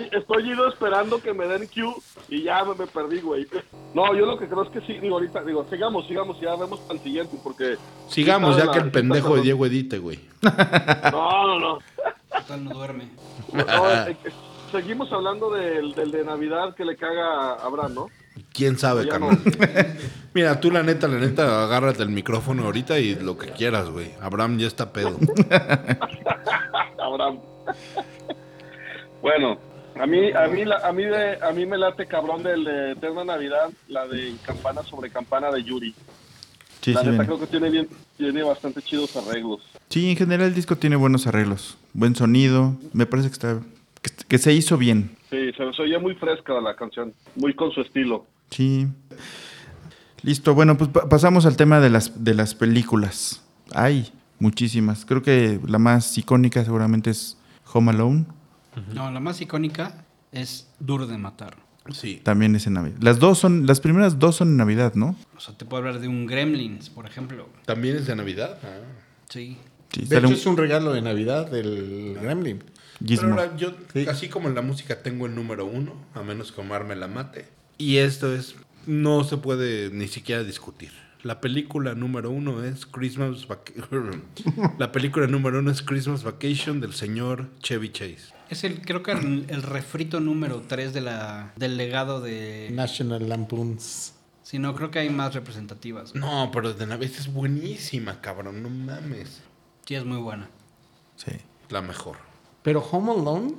Speaker 5: estoy, estoy ido esperando que me den cue y ya me, me perdí, güey. No, yo lo que creo es que sí, digo, ahorita, digo, sigamos, sigamos, y ya vemos al siguiente, porque...
Speaker 1: Sigamos, ya que el
Speaker 5: Sí,
Speaker 1: pendejo de
Speaker 5: perdón.
Speaker 1: Diego edite, güey.
Speaker 5: No, no, no.
Speaker 3: Total, no duerme.
Speaker 5: No, eh, eh, seguimos hablando del, del de Navidad que le caga a Abraham, ¿no?
Speaker 1: ¿Quién sabe,
Speaker 5: Ya
Speaker 1: carnal? Mira, tú la neta, la neta, agárrate el micrófono ahorita y lo que quieras, güey. Abraham ya está pedo.
Speaker 5: Abraham. bueno, a mí, a mí, la- a mí, de, a mí me late cabrón del de Eterna Navidad, la de Campana sobre Campana de Yuri.
Speaker 2: Sí,
Speaker 5: la
Speaker 2: sí,
Speaker 5: neta
Speaker 2: viene.
Speaker 5: creo que tiene bien, tiene bastante chidos arreglos.
Speaker 2: Sí, en general el disco tiene buenos arreglos, buen sonido. Me parece que está. que, que se hizo bien.
Speaker 5: Sí, se, se oye muy fresca la canción, muy con su estilo.
Speaker 2: Sí. Listo, bueno, pues pa- pasamos al tema de las, de las películas. Hay muchísimas. Creo que la más icónica seguramente es Home Alone.
Speaker 3: No, la más icónica es Duro de Matar.
Speaker 1: Sí.
Speaker 2: También es en Navidad. Las dos son, las primeras dos son en Navidad, ¿no?
Speaker 3: O sea, te puedo hablar de un Gremlins, por ejemplo.
Speaker 1: ¿También es de Navidad? Ah.
Speaker 3: Sí.
Speaker 2: Sí,
Speaker 4: De
Speaker 2: sale
Speaker 4: hecho,
Speaker 2: un
Speaker 4: es un regalo de Navidad del Gremlin.
Speaker 2: gizmo.
Speaker 1: Pero ahora yo,
Speaker 4: Sí.
Speaker 1: así como en la música, tengo el número uno, a menos que Omar me la mate. Y esto es, no se puede ni siquiera discutir. La película número uno es Christmas Vacation. la película número uno es Christmas Vacation del señor Chevy Chase.
Speaker 3: Es el, creo que el, el refrito número 3 de la, del legado de...
Speaker 4: National Lampoons.
Speaker 3: Si no, creo que hay más representativas. güey.
Speaker 1: No, pero de Navidad es buenísima, cabrón, no mames.
Speaker 3: Sí, es muy buena.
Speaker 2: Sí.
Speaker 1: La mejor.
Speaker 4: Pero Home Alone,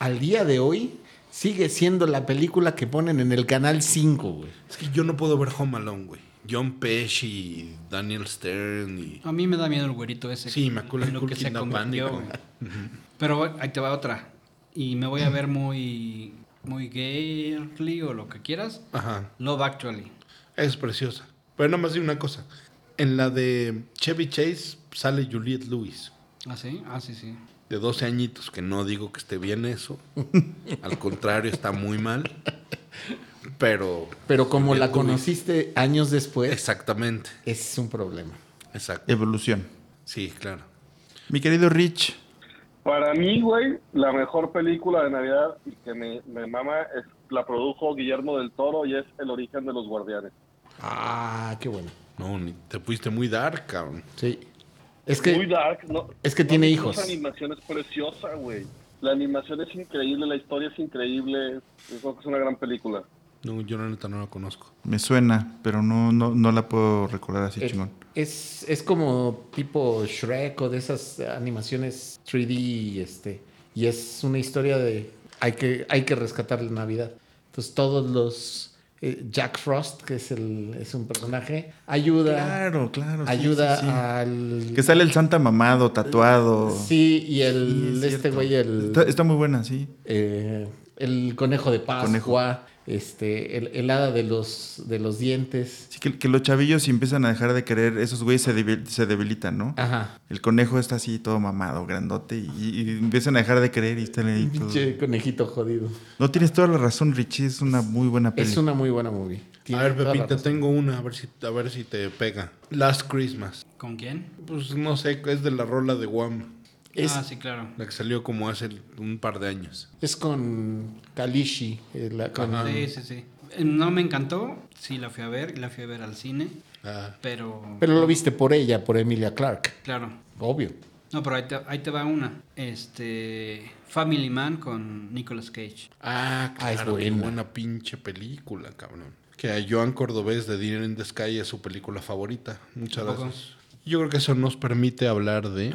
Speaker 4: al día de hoy, sigue siendo la película que ponen en el canal 5, güey.
Speaker 1: Es que yo no puedo ver Home Alone, güey. John Pesci, Daniel Stern y...
Speaker 3: A mí me da miedo el güerito ese.
Speaker 1: Sí, me acuerdo
Speaker 3: en Ah, lo
Speaker 1: Cool
Speaker 3: que
Speaker 1: Kid
Speaker 3: se
Speaker 1: No
Speaker 3: convirtió,
Speaker 1: Panic,
Speaker 3: güey. Pero ahí te va otra. y me voy a ver muy, muy gayly o lo que quieras,
Speaker 1: Ajá.
Speaker 3: Love Actually.
Speaker 1: Es preciosa. Pero nada más digo una cosa. En la de Chevy Chase sale Juliette Lewis,
Speaker 3: ¿Ah, sí? Ah, sí, sí.
Speaker 1: de 12 añitos, que no digo que esté bien eso. Al contrario, está muy mal. Pero
Speaker 4: Pero como
Speaker 1: Juliette
Speaker 4: la
Speaker 1: Lewis.
Speaker 4: conociste años después,
Speaker 1: Exactamente.
Speaker 4: ese es un problema.
Speaker 1: Exacto.
Speaker 2: Evolución.
Speaker 1: Sí, claro.
Speaker 2: Mi querido Rich,
Speaker 5: Para mí, güey, la mejor película de Navidad y que me, me mama es, la produjo Guillermo del Toro y es El origen de los guardianes.
Speaker 4: Ah, qué bueno.
Speaker 1: No, ni- te fuiste muy dark, cabrón.
Speaker 4: Sí. Es
Speaker 5: Muy
Speaker 4: que
Speaker 5: dark, ¿no?
Speaker 4: es que
Speaker 5: No,
Speaker 4: tiene
Speaker 5: esa
Speaker 4: hijos.
Speaker 5: animación es preciosa, güey. La animación es increíble, la historia es increíble. Yo creo que es una gran película.
Speaker 1: No, yo la neta no la conozco.
Speaker 2: me suena, pero no, no, no la puedo recordar así
Speaker 4: eh,
Speaker 2: chingón.
Speaker 4: es, es como tipo Shrek o de esas animaciones 3D este y es una historia de hay que hay que rescatar la Navidad. Entonces todos los eh, Jack Frost, que es el es un personaje, ayuda
Speaker 2: Claro, claro. sí,
Speaker 4: ayuda
Speaker 2: sí, sí.
Speaker 4: al
Speaker 2: Que sale el Santa mamado, tatuado.
Speaker 4: Sí, y
Speaker 2: Sí,
Speaker 4: el
Speaker 2: es
Speaker 4: este
Speaker 2: cierto.
Speaker 4: güey el
Speaker 2: Está, está muy buena, sí.
Speaker 4: eh, el conejo de Pascua, este, el, el hada de los, de los dientes.
Speaker 2: Sí, que, que los chavillos si empiezan a dejar de querer, esos güeyes se, debil- se debilitan, ¿no?
Speaker 4: Ajá.
Speaker 2: El conejo está así todo mamado, grandote, y, y empiezan a dejar de creer y están ahí todo.
Speaker 4: Pinche conejito jodido.
Speaker 2: No tienes toda la razón, Richie, es una muy buena peli.
Speaker 4: Es una muy buena movie.
Speaker 1: A
Speaker 4: Tiene
Speaker 1: ver,
Speaker 4: toda la
Speaker 1: Pepita,
Speaker 4: razón.
Speaker 1: tengo una, a ver si, a ver si te pega. Last Christmas.
Speaker 3: ¿Con quién?
Speaker 1: Pues no sé, es de la rola de Wham,
Speaker 4: Es,
Speaker 3: Ah, sí, claro.
Speaker 1: la que salió como hace un par de años.
Speaker 4: es con Kalishi. eh, la- con-
Speaker 1: Ah.
Speaker 3: Sí, sí, sí. Eh, No me encantó, sí la fui a ver, y la fui a ver al cine,
Speaker 1: Ah,
Speaker 3: pero...
Speaker 4: Pero lo viste por ella, por Emilia Clark.
Speaker 3: Claro.
Speaker 4: Obvio.
Speaker 3: No, pero ahí te, ahí te va una. Este... Family Man con Nicolas Cage.
Speaker 1: ah,
Speaker 4: Ah, es
Speaker 1: claro, qué
Speaker 4: buena.
Speaker 1: buena pinche película, cabrón. Que a Joan Cordobés de Dinner in the Sky es su película favorita. Muchas
Speaker 3: ¿A poco?
Speaker 1: gracias. Yo creo que eso nos permite hablar de...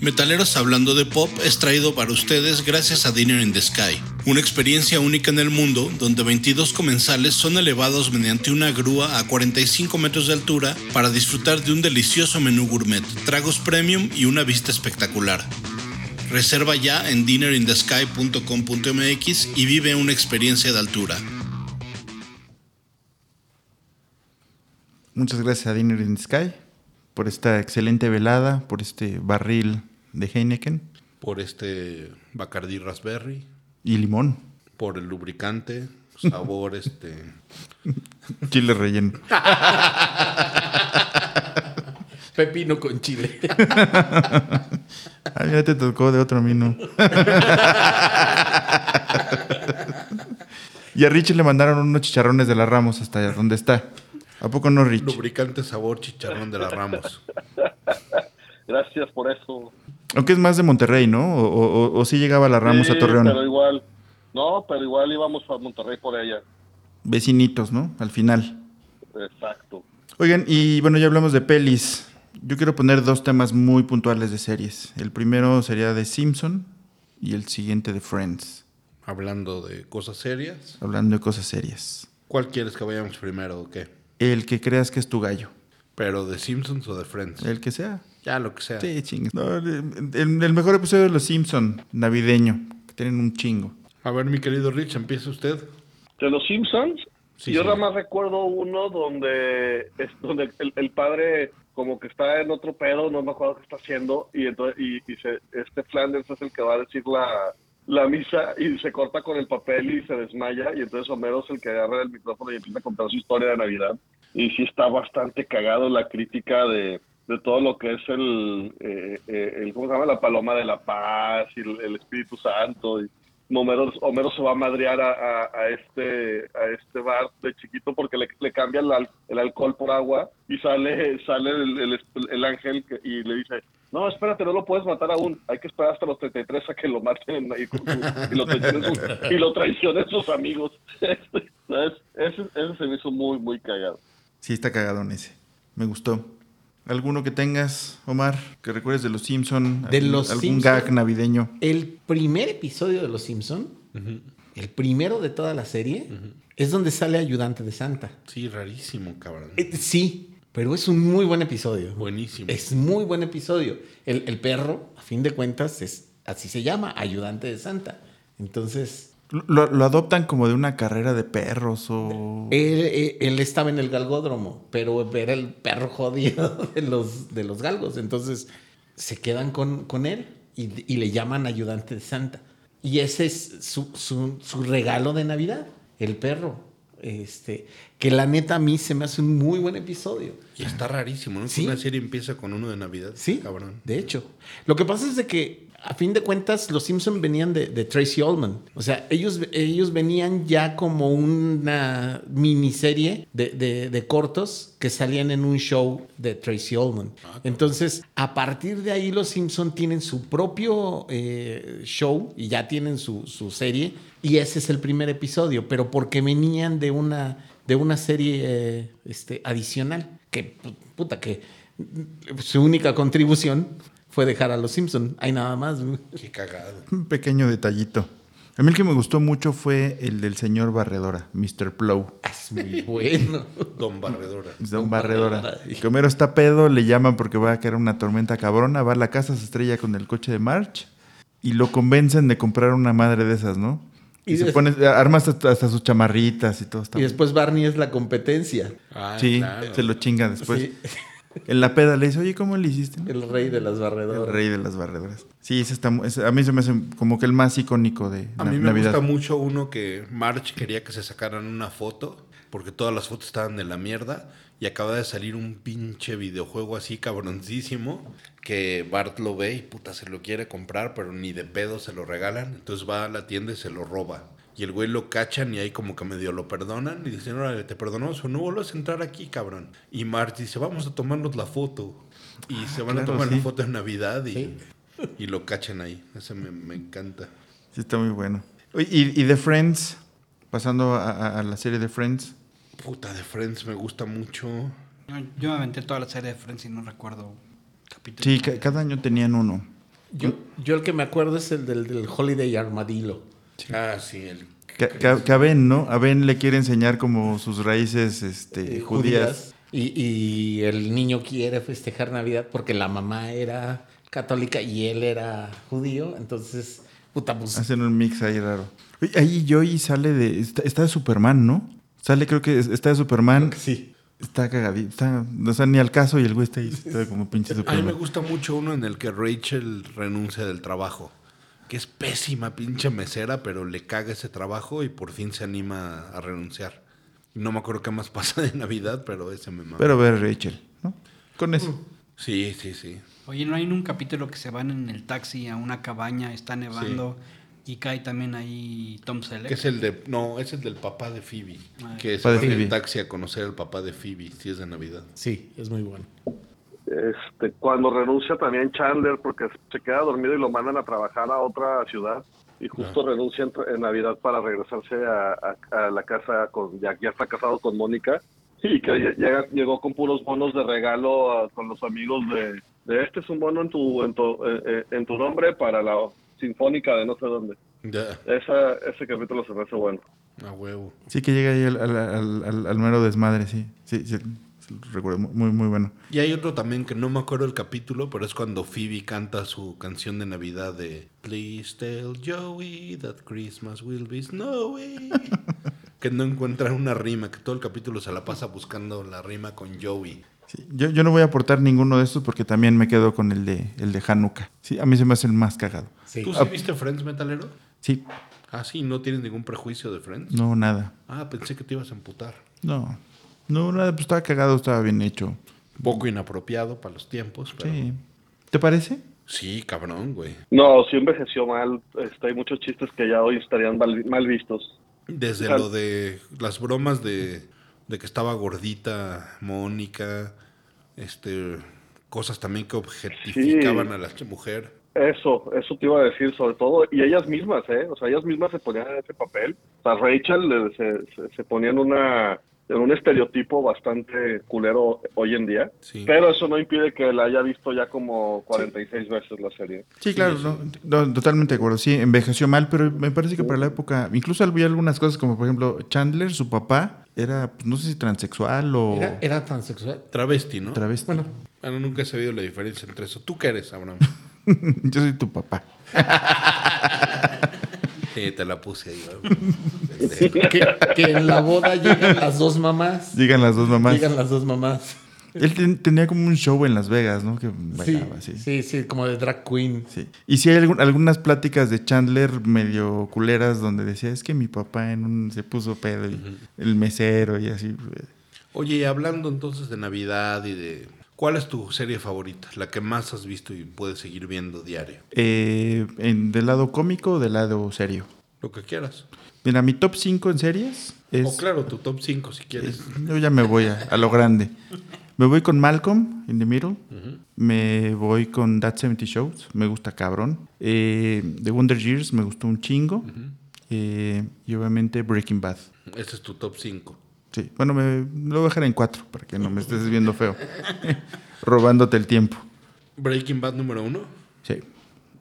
Speaker 6: Metaleros Hablando de Pop es traído para ustedes gracias a Dinner in the Sky, una experiencia única en el mundo donde 22 comensales son elevados mediante una grúa a 45 metros de altura para disfrutar de un delicioso menú gourmet, tragos premium y una vista espectacular. Reserva ya en dinnerinthesky.com.mx y vive una experiencia de altura.
Speaker 2: Muchas gracias a Dinner in the Sky por esta excelente velada, por este barril de Heineken
Speaker 1: Por este Bacardi Raspberry,
Speaker 2: y limón,
Speaker 1: por el lubricante, sabor este...
Speaker 2: chile relleno.
Speaker 4: Pepino con chile.
Speaker 2: Ah, mira, te tocó de otro a mí, no. y a Richie le mandaron unos chicharrones de las Ramos hasta allá donde está. ¿A poco no, Rich?
Speaker 1: Lubricante sabor chicharrón de la Ramos.
Speaker 5: Gracias por eso.
Speaker 2: Aunque es más de Monterrey, ¿no? O, o, o- o sí llegaba la Ramos
Speaker 5: Sí,
Speaker 2: a Torreón.
Speaker 5: Pero igual. No, pero igual íbamos a Monterrey por ella.
Speaker 2: Vecinitos, ¿no? Al final.
Speaker 5: Exacto.
Speaker 2: Oigan, y bueno, ya hablamos de pelis. Yo quiero poner dos temas muy puntuales de series. El primero sería de Simpson y el siguiente de Friends,
Speaker 1: Hablando de cosas serias.
Speaker 2: hablando de cosas serias.
Speaker 1: ¿Cuál quieres que vayamos primero o qué?
Speaker 2: El que creas que es tu gallo,
Speaker 1: ¿Pero de Simpsons o de Friends?
Speaker 2: el que sea.
Speaker 1: Ya, lo que sea.
Speaker 2: Sí, chingue. No, el, el- el mejor episodio de Los Simpson, navideño, que tienen un chingo.
Speaker 1: A ver, mi querido Rich, empieza usted.
Speaker 5: De los Simpsons,
Speaker 1: Sí,
Speaker 5: yo
Speaker 1: señor.
Speaker 5: nada más recuerdo uno donde, es donde el, el padre como que está en otro pedo, no me acuerdo qué está haciendo, y entonces y, y se- este Flanders es el que va a decir la, la misa y se corta con el papel y se desmaya, y entonces Homero es el que agarra el micrófono y empieza a contar su historia de Navidad. Y sí está bastante cagado la crítica de, de todo lo que es el, eh, eh, el, ¿cómo se llama? La paloma de la paz y el, el Espíritu Santo. y- Homero, Homero se va a madrear a, a- a este a este bar de chiquito porque le, le cambia el, al- el alcohol por agua y sale sale el, el- el ángel que- y le dice no espérate no lo puedes matar aún hay que esperar hasta los 33 a que lo maten y, con su- y lo, traicionen sus, y lo traicionen sus amigos ¿Sabes? ese, ese se me hizo muy muy cagado
Speaker 2: Sí, está cagadón ese. Me gustó. ¿Alguno que tengas, Omar, que recuerdes de Los Simpson?
Speaker 4: De
Speaker 2: algún-
Speaker 4: Los
Speaker 2: algún
Speaker 4: Simpson.
Speaker 2: gag navideño.
Speaker 4: El primer episodio de Los Simpson, el primero de toda la serie, es donde sale ayudante de Santa.
Speaker 1: Sí, rarísimo, cabrón.
Speaker 4: Eh, sí, pero es un muy buen episodio.
Speaker 1: Buenísimo.
Speaker 4: Es muy buen episodio. El, el perro, a fin de cuentas, es Así se llama, ayudante de Santa. Entonces,
Speaker 2: Lo, lo adoptan como de una carrera de perros o...
Speaker 4: él, él- él estaba en el galgódromo, pero era el perro jodido de los, de los galgos. Entonces, se quedan con, con él y, y le llaman ayudante de Santa. Y ese es su, su- su regalo de Navidad, el perro. Este, que la neta a mí se me hace un muy buen episodio.
Speaker 1: Y está rarísimo, ¿no? Que
Speaker 4: Sí.
Speaker 1: Una serie empieza con uno de Navidad.
Speaker 4: Sí,
Speaker 1: Cabrón.
Speaker 4: De hecho, lo que pasa es de que a fin de cuentas los Simpson venían de, de Tracy Ullman. O sea, ellos, ellos venían ya como una miniserie de, de- de cortos que salían en un show de Tracy Ullman. Entonces, a partir de ahí los Simpson tienen su propio eh, show y ya tienen su, su serie. Y ese es el primer episodio, pero porque venían de una, de una serie eh, este, adicional. Que pu- puta, que su única contribución fue dejar a los Simpson. Hay nada más.
Speaker 1: Qué cagado.
Speaker 2: Un pequeño detallito. A mí el que me gustó mucho fue el del señor Barredora, Mr. Plow.
Speaker 4: Es muy bueno.
Speaker 1: Don Barredora.
Speaker 2: Don Barredora.
Speaker 4: Barredora.
Speaker 2: Y que Homero está pedo, le llaman porque va a caer una tormenta cabrona, va a la casa, se estrella con el coche de March y lo convencen de comprar una madre de esas, ¿no? Y,
Speaker 4: Y
Speaker 2: se
Speaker 4: des-
Speaker 2: pone, armas hasta, hasta sus chamarritas y todo. Está
Speaker 4: Y después Barney es la competencia,
Speaker 1: Ah,
Speaker 2: sí,
Speaker 1: claro.
Speaker 2: se lo chinga después.
Speaker 4: Sí.
Speaker 2: En la peda le dice, oye, ¿cómo le hiciste?
Speaker 4: el rey de las barredoras.
Speaker 2: El rey de las barredoras. Sí, ese está mu- ese- a mí se me hace como que el más icónico de
Speaker 1: A
Speaker 2: na-
Speaker 1: mí me
Speaker 2: Navidad.
Speaker 1: gusta mucho uno que March quería que se sacaran una foto, porque todas las fotos estaban de la mierda, y acaba de salir un pinche videojuego así cabroncísimo, que Bart lo ve y puta se lo quiere comprar, pero ni de pedo se lo regalan, entonces va a la tienda y se lo roba. Y el güey lo cachan y ahí como que medio lo perdonan y dicen, órale, te perdonamos, o no vuelvas a entrar aquí, cabrón. Y March dice, vamos a tomarnos la foto. Y se van
Speaker 2: Ah, claro,
Speaker 1: a tomar
Speaker 2: sí.
Speaker 1: una foto en Navidad y,
Speaker 4: Sí.
Speaker 1: y lo cachan ahí. Ese me, me encanta.
Speaker 2: Sí, está muy bueno. Oye, Y, y de Friends, pasando a, a- a la serie de Friends.
Speaker 1: Puta de Friends me gusta mucho.
Speaker 3: Yo, yo me aventé toda la serie de Friends y no recuerdo capítulo.
Speaker 2: Sí, ca- cada año tenían uno.
Speaker 4: Yo, yo el que me acuerdo es el del, del Holiday Armadillo.
Speaker 1: Ah, sí, el
Speaker 2: Que, que- que a Ben, ¿no? A Ben le quiere enseñar como sus raíces este,
Speaker 4: eh,
Speaker 2: judías.
Speaker 4: Y, y el niño quiere festejar Navidad porque la mamá era católica y él era judío. Entonces, puta, pues,
Speaker 2: Hacen un mix ahí raro. Oye, ahí Joey sale de... Está, está de Superman, ¿no? Sale, creo que es- está de Superman.
Speaker 4: sí.
Speaker 2: Está cagadito. Está, no está ni al caso y el güey está ahí está como pinche
Speaker 1: A mí me
Speaker 2: Superman.
Speaker 1: gusta mucho uno en el que Rachel renuncia del trabajo. Que es pésima pinche mesera, pero le caga ese trabajo y por fin se anima a renunciar. No me acuerdo qué más pasa de Navidad, pero ese me mama.
Speaker 2: Pero ver Rachel, ¿no? Con eso.
Speaker 1: Mm. Sí, sí, sí.
Speaker 3: Oye, ¿no hay un capítulo que se van en el taxi a una cabaña, está nevando y cae también ahí Tom Selleck?
Speaker 1: Que es el de... No, es el del papá de Phoebe.
Speaker 3: Ay.
Speaker 1: Que es
Speaker 2: Ah, Papá de
Speaker 1: el
Speaker 2: Phoebe.
Speaker 1: taxi a conocer al papá de Phoebe, si es de Navidad.
Speaker 4: Sí, es muy bueno.
Speaker 5: Este, cuando renuncia también Chandler porque se queda dormido y lo mandan a trabajar a otra ciudad y justo renuncia en, en Navidad para regresarse a, a- a la casa con ya, ya está casado con Mónica y que lle- llega- llegó con puros bonos de regalo a- con los amigos de, de este es un bono en tu en tu, eh, eh, en tu nombre para la sinfónica de no sé dónde.
Speaker 1: Ya,
Speaker 5: Esa, ese capítulo se me hace bueno.
Speaker 1: a huevo.
Speaker 2: Sí que llega ahí al, al, al- al- al mero desmadre, sí. Sí, sí, sí, lo recuerdo. Muy, muy bueno.
Speaker 1: Y hay otro también que no me acuerdo el capítulo, pero es cuando Phoebe canta su canción de Navidad de Please tell Joey that Christmas will be snowy. que no encuentra una rima, que todo el capítulo se la pasa buscando la rima con Joey.
Speaker 2: Sí, Yo, yo no voy a aportar ninguno de estos porque también me quedo con el de, el de Hanukkah. Sí, a mí se me hace el más cagado.
Speaker 4: Sí.
Speaker 1: ¿Tú sí viste Friends, metalero?
Speaker 2: Sí,
Speaker 1: Ah, sí, no tienes ningún prejuicio de Friends.
Speaker 2: no, nada.
Speaker 1: Ah, pensé que te ibas a emputar.
Speaker 2: No, no, nada, pues estaba cagado, estaba bien hecho.
Speaker 1: Poco inapropiado para los tiempos, pero... Sí,
Speaker 2: Sí. ¿Te parece?
Speaker 1: cabrón, güey.
Speaker 5: No, sí envejeció mal. Este, hay muchos chistes que ya hoy estarían mal- mal vistos.
Speaker 1: Desde
Speaker 5: Claro.
Speaker 1: lo de las bromas de, de que estaba gordita, Mónica, este cosas también que objetificaban
Speaker 5: Sí.
Speaker 1: a la mujer.
Speaker 5: Eso, eso te iba a decir, sobre todo, y ellas mismas, ¿eh? O sea, ellas mismas se ponían en ese papel. O sea, Rachel eh, se, se, se ponía en, una, en un estereotipo bastante culero hoy en día,
Speaker 1: Sí.
Speaker 5: pero eso no impide que la haya visto ya como 46 veces la serie.
Speaker 2: Sí, Oh. claro, no, no, totalmente de acuerdo. Sí, envejeció mal, pero me parece que para la época, incluso había algunas cosas como, por ejemplo, Chandler, su papá, era, pues, no sé si transexual o
Speaker 4: Era, era transexual.
Speaker 1: Travesti, ¿no?
Speaker 2: travesti.
Speaker 4: Bueno,
Speaker 1: Ah, no, nunca he sabido la diferencia entre eso. ¿Tú qué eres, Abraham?
Speaker 2: Yo soy tu papá.
Speaker 1: Sí, te la puse ahí. Este,
Speaker 4: Que, que en la boda llegan las dos mamás.
Speaker 2: Llegan las dos mamás.
Speaker 4: Llegan las dos mamás.
Speaker 2: Él ten- tenía como un show en Las Vegas, ¿no? Que
Speaker 4: Sí,
Speaker 2: bailaba así. Sí.
Speaker 4: sí, sí, como de drag queen.
Speaker 2: Y sí hay algún- algunas pláticas de Chandler medio culeras donde decía, es que mi papá en un, se puso pedo y el mesero y así. pues,
Speaker 1: Oye, y hablando entonces de Navidad y de... ¿Cuál es tu serie favorita? La que más has visto y puedes seguir viendo diario.
Speaker 2: Eh, en- ¿Del lado cómico o del lado serio?
Speaker 1: Lo que quieras.
Speaker 2: Mira, mi top 5 en series es...
Speaker 1: O Oh, claro, tu top 5 si quieres.
Speaker 2: es- yo ya me voy a, a lo grande. Me voy con Malcolm in the Middle. Me voy con That 70 Shows. Me gusta cabrón. Eh, The Wonder Years me gustó un chingo. Eh, y obviamente Breaking Bad.
Speaker 1: Este es tu top 5.
Speaker 2: Sí, bueno, me, lo voy a dejar en cuatro para que no me estés viendo feo. Robándote el tiempo.
Speaker 1: Breaking Bad número 1.
Speaker 2: Sí.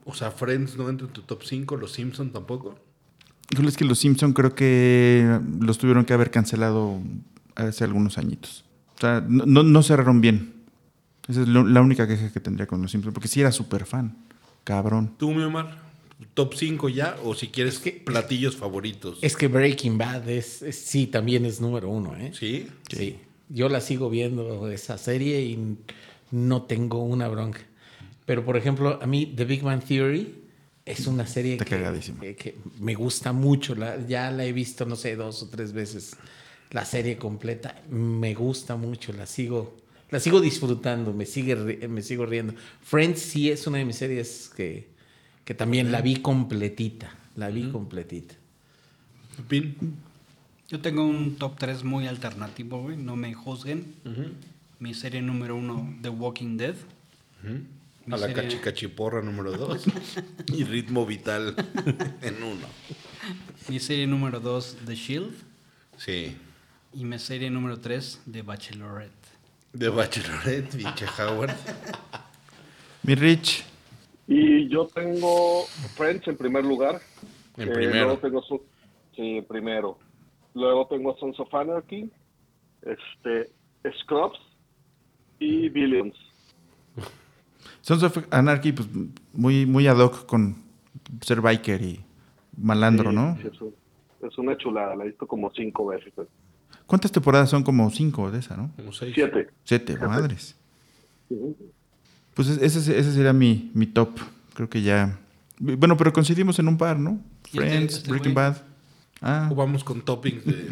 Speaker 1: O sea, Friends no entra en tu top 5, Los Simpson tampoco.
Speaker 2: Híjole, Es que los Simpson creo que los tuvieron que haber cancelado hace algunos añitos. O sea, no, no- no cerraron bien. Esa es lo- la única queja que tendría con los Simpson, porque sí era súper fan. Cabrón.
Speaker 1: Tú, mi Omar, top 5 ya o si quieres platillos favoritos.
Speaker 4: Es que Breaking Bad es, es- sí, también es número uno, ¿eh?
Speaker 1: ¿Sí?
Speaker 4: Sí. Yo la sigo viendo esa serie y no tengo una bronca. Pero, por ejemplo, a mí The Big Bang Theory es una serie
Speaker 2: Está
Speaker 4: que,
Speaker 2: cagadísima.
Speaker 4: que- que me gusta mucho. La- ya la he visto, no sé, dos o tres veces. La serie completa me gusta mucho. La sigo, la sigo disfrutando. Me, sigue, ri- me sigo riendo. Friends sí es una de mis series que, que también la vi completita. La vi completita.
Speaker 1: Pin.
Speaker 3: Yo tengo un top 3 muy alternativo, güey. No me juzguen. Mi serie número 1, The Walking Dead. Mi
Speaker 1: A la
Speaker 3: serie-
Speaker 1: cachicachiporra número 2. y ritmo vital en 1.
Speaker 3: Mi serie número 2, The Shield.
Speaker 1: Sí.
Speaker 3: Y mi serie número 3, The Bachelorette.
Speaker 1: De Bachelorette, pinche Howard.
Speaker 2: Mi Rich,
Speaker 5: Y yo tengo French en primer lugar.
Speaker 1: En
Speaker 5: Eh,
Speaker 1: primero.
Speaker 5: Luego tengo Son- sí, en primero. Luego tengo Sons of Anarchy, este, Scrubs y Billions.
Speaker 2: Sons of Anarchy, pues muy, muy ad hoc con ser biker y malandro,
Speaker 5: Sí,
Speaker 2: ¿no?
Speaker 5: sí, Es, un- es una chulada, la he visto como cinco veces.
Speaker 2: ¿Cuántas temporadas son? Como cinco de esa, ¿no?
Speaker 1: Como seis.
Speaker 5: Siete.
Speaker 2: Siete, madres. Pues es- ese, se- ese sería mi, mi top. Creo que ya. Bueno, pero coincidimos en un par, ¿no?
Speaker 3: Y este-
Speaker 2: Friends,
Speaker 3: este
Speaker 2: Breaking
Speaker 3: güey.
Speaker 2: Bad. Ah,
Speaker 1: O vamos con toppings de,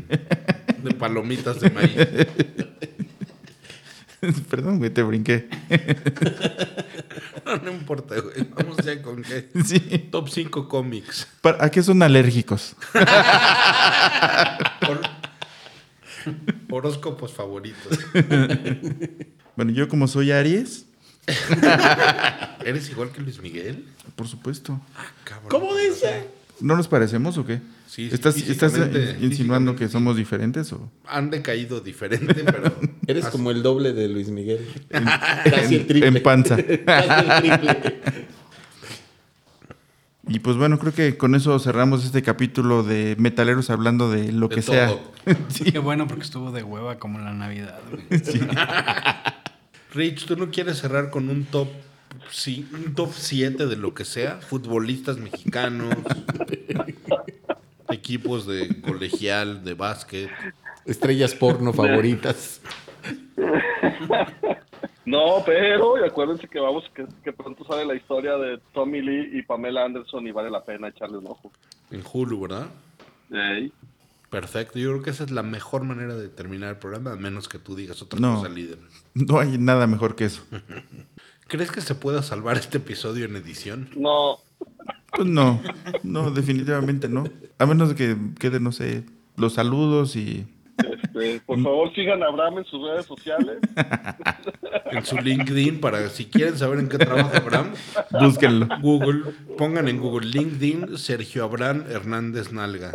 Speaker 1: de palomitas de maíz.
Speaker 2: perdón, güey, te brinqué.
Speaker 1: No, no importa, güey. Vamos ya con qué.
Speaker 2: Sí.
Speaker 1: Top 5 cómics.
Speaker 2: Pa- ¿A qué son alérgicos?
Speaker 1: Hor- horóscopos favoritos.
Speaker 2: Bueno, yo como soy Aries,
Speaker 1: ¿Eres igual que Luis Miguel?
Speaker 2: por supuesto.
Speaker 1: Cabrón.
Speaker 4: ¿Cómo dice?
Speaker 2: ¿No nos parecemos o qué?
Speaker 1: Sí, sí,
Speaker 2: ¿Estás, estás
Speaker 1: físicamente,
Speaker 2: insinuando
Speaker 1: físicamente,
Speaker 2: que somos diferentes o
Speaker 1: Han decaído diferente, pero.
Speaker 4: Eres
Speaker 1: Así-
Speaker 4: como el doble de Luis Miguel. Casi Ah, el triple.
Speaker 2: en panza?
Speaker 4: Casi el triple.
Speaker 2: Y pues bueno, creo que con eso cerramos este capítulo de Metaleros hablando de lo
Speaker 1: De
Speaker 2: que
Speaker 1: todo.
Speaker 2: sea.
Speaker 3: Qué bueno porque estuvo de hueva como la Navidad, güey.
Speaker 1: Rich, ¿tú no quieres cerrar con un top sí, un top 7 de lo que sea? Futbolistas mexicanos, equipos de colegial, de básquet.
Speaker 4: Estrellas porno favoritas.
Speaker 5: No, pero y acuérdense que vamos, que, que pronto sale la historia de Tommy Lee y Pamela Anderson y vale la pena echarle un ojo.
Speaker 1: En Hulu, ¿verdad?
Speaker 5: Ey.
Speaker 1: Perfecto. Yo creo que esa es la mejor manera de terminar el programa, a menos que tú digas otra
Speaker 2: No.
Speaker 1: cosa, líder.
Speaker 2: No hay nada mejor que eso.
Speaker 1: ¿Crees que se pueda salvar este episodio en edición?
Speaker 5: No,
Speaker 2: Pues no, no, definitivamente no. A menos de que quede, no sé, los saludos y
Speaker 5: este, por favor sigan a Abraham en sus redes sociales.
Speaker 1: En su LinkedIn, para si quieren saber en qué trabaja Abraham,
Speaker 2: búsquenlo.
Speaker 1: Google, pongan en Google LinkedIn Sergio Abraham Hernández Nalga.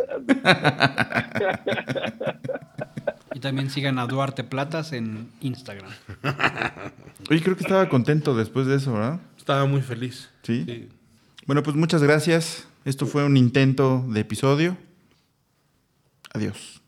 Speaker 3: Y también sigan a Duarte Platas en Instagram.
Speaker 2: Oye, creo que estaba contento después de eso, ¿verdad?
Speaker 1: Estaba muy feliz.
Speaker 2: Sí. Bueno, pues muchas gracias. Esto fue un intento de episodio. Adiós.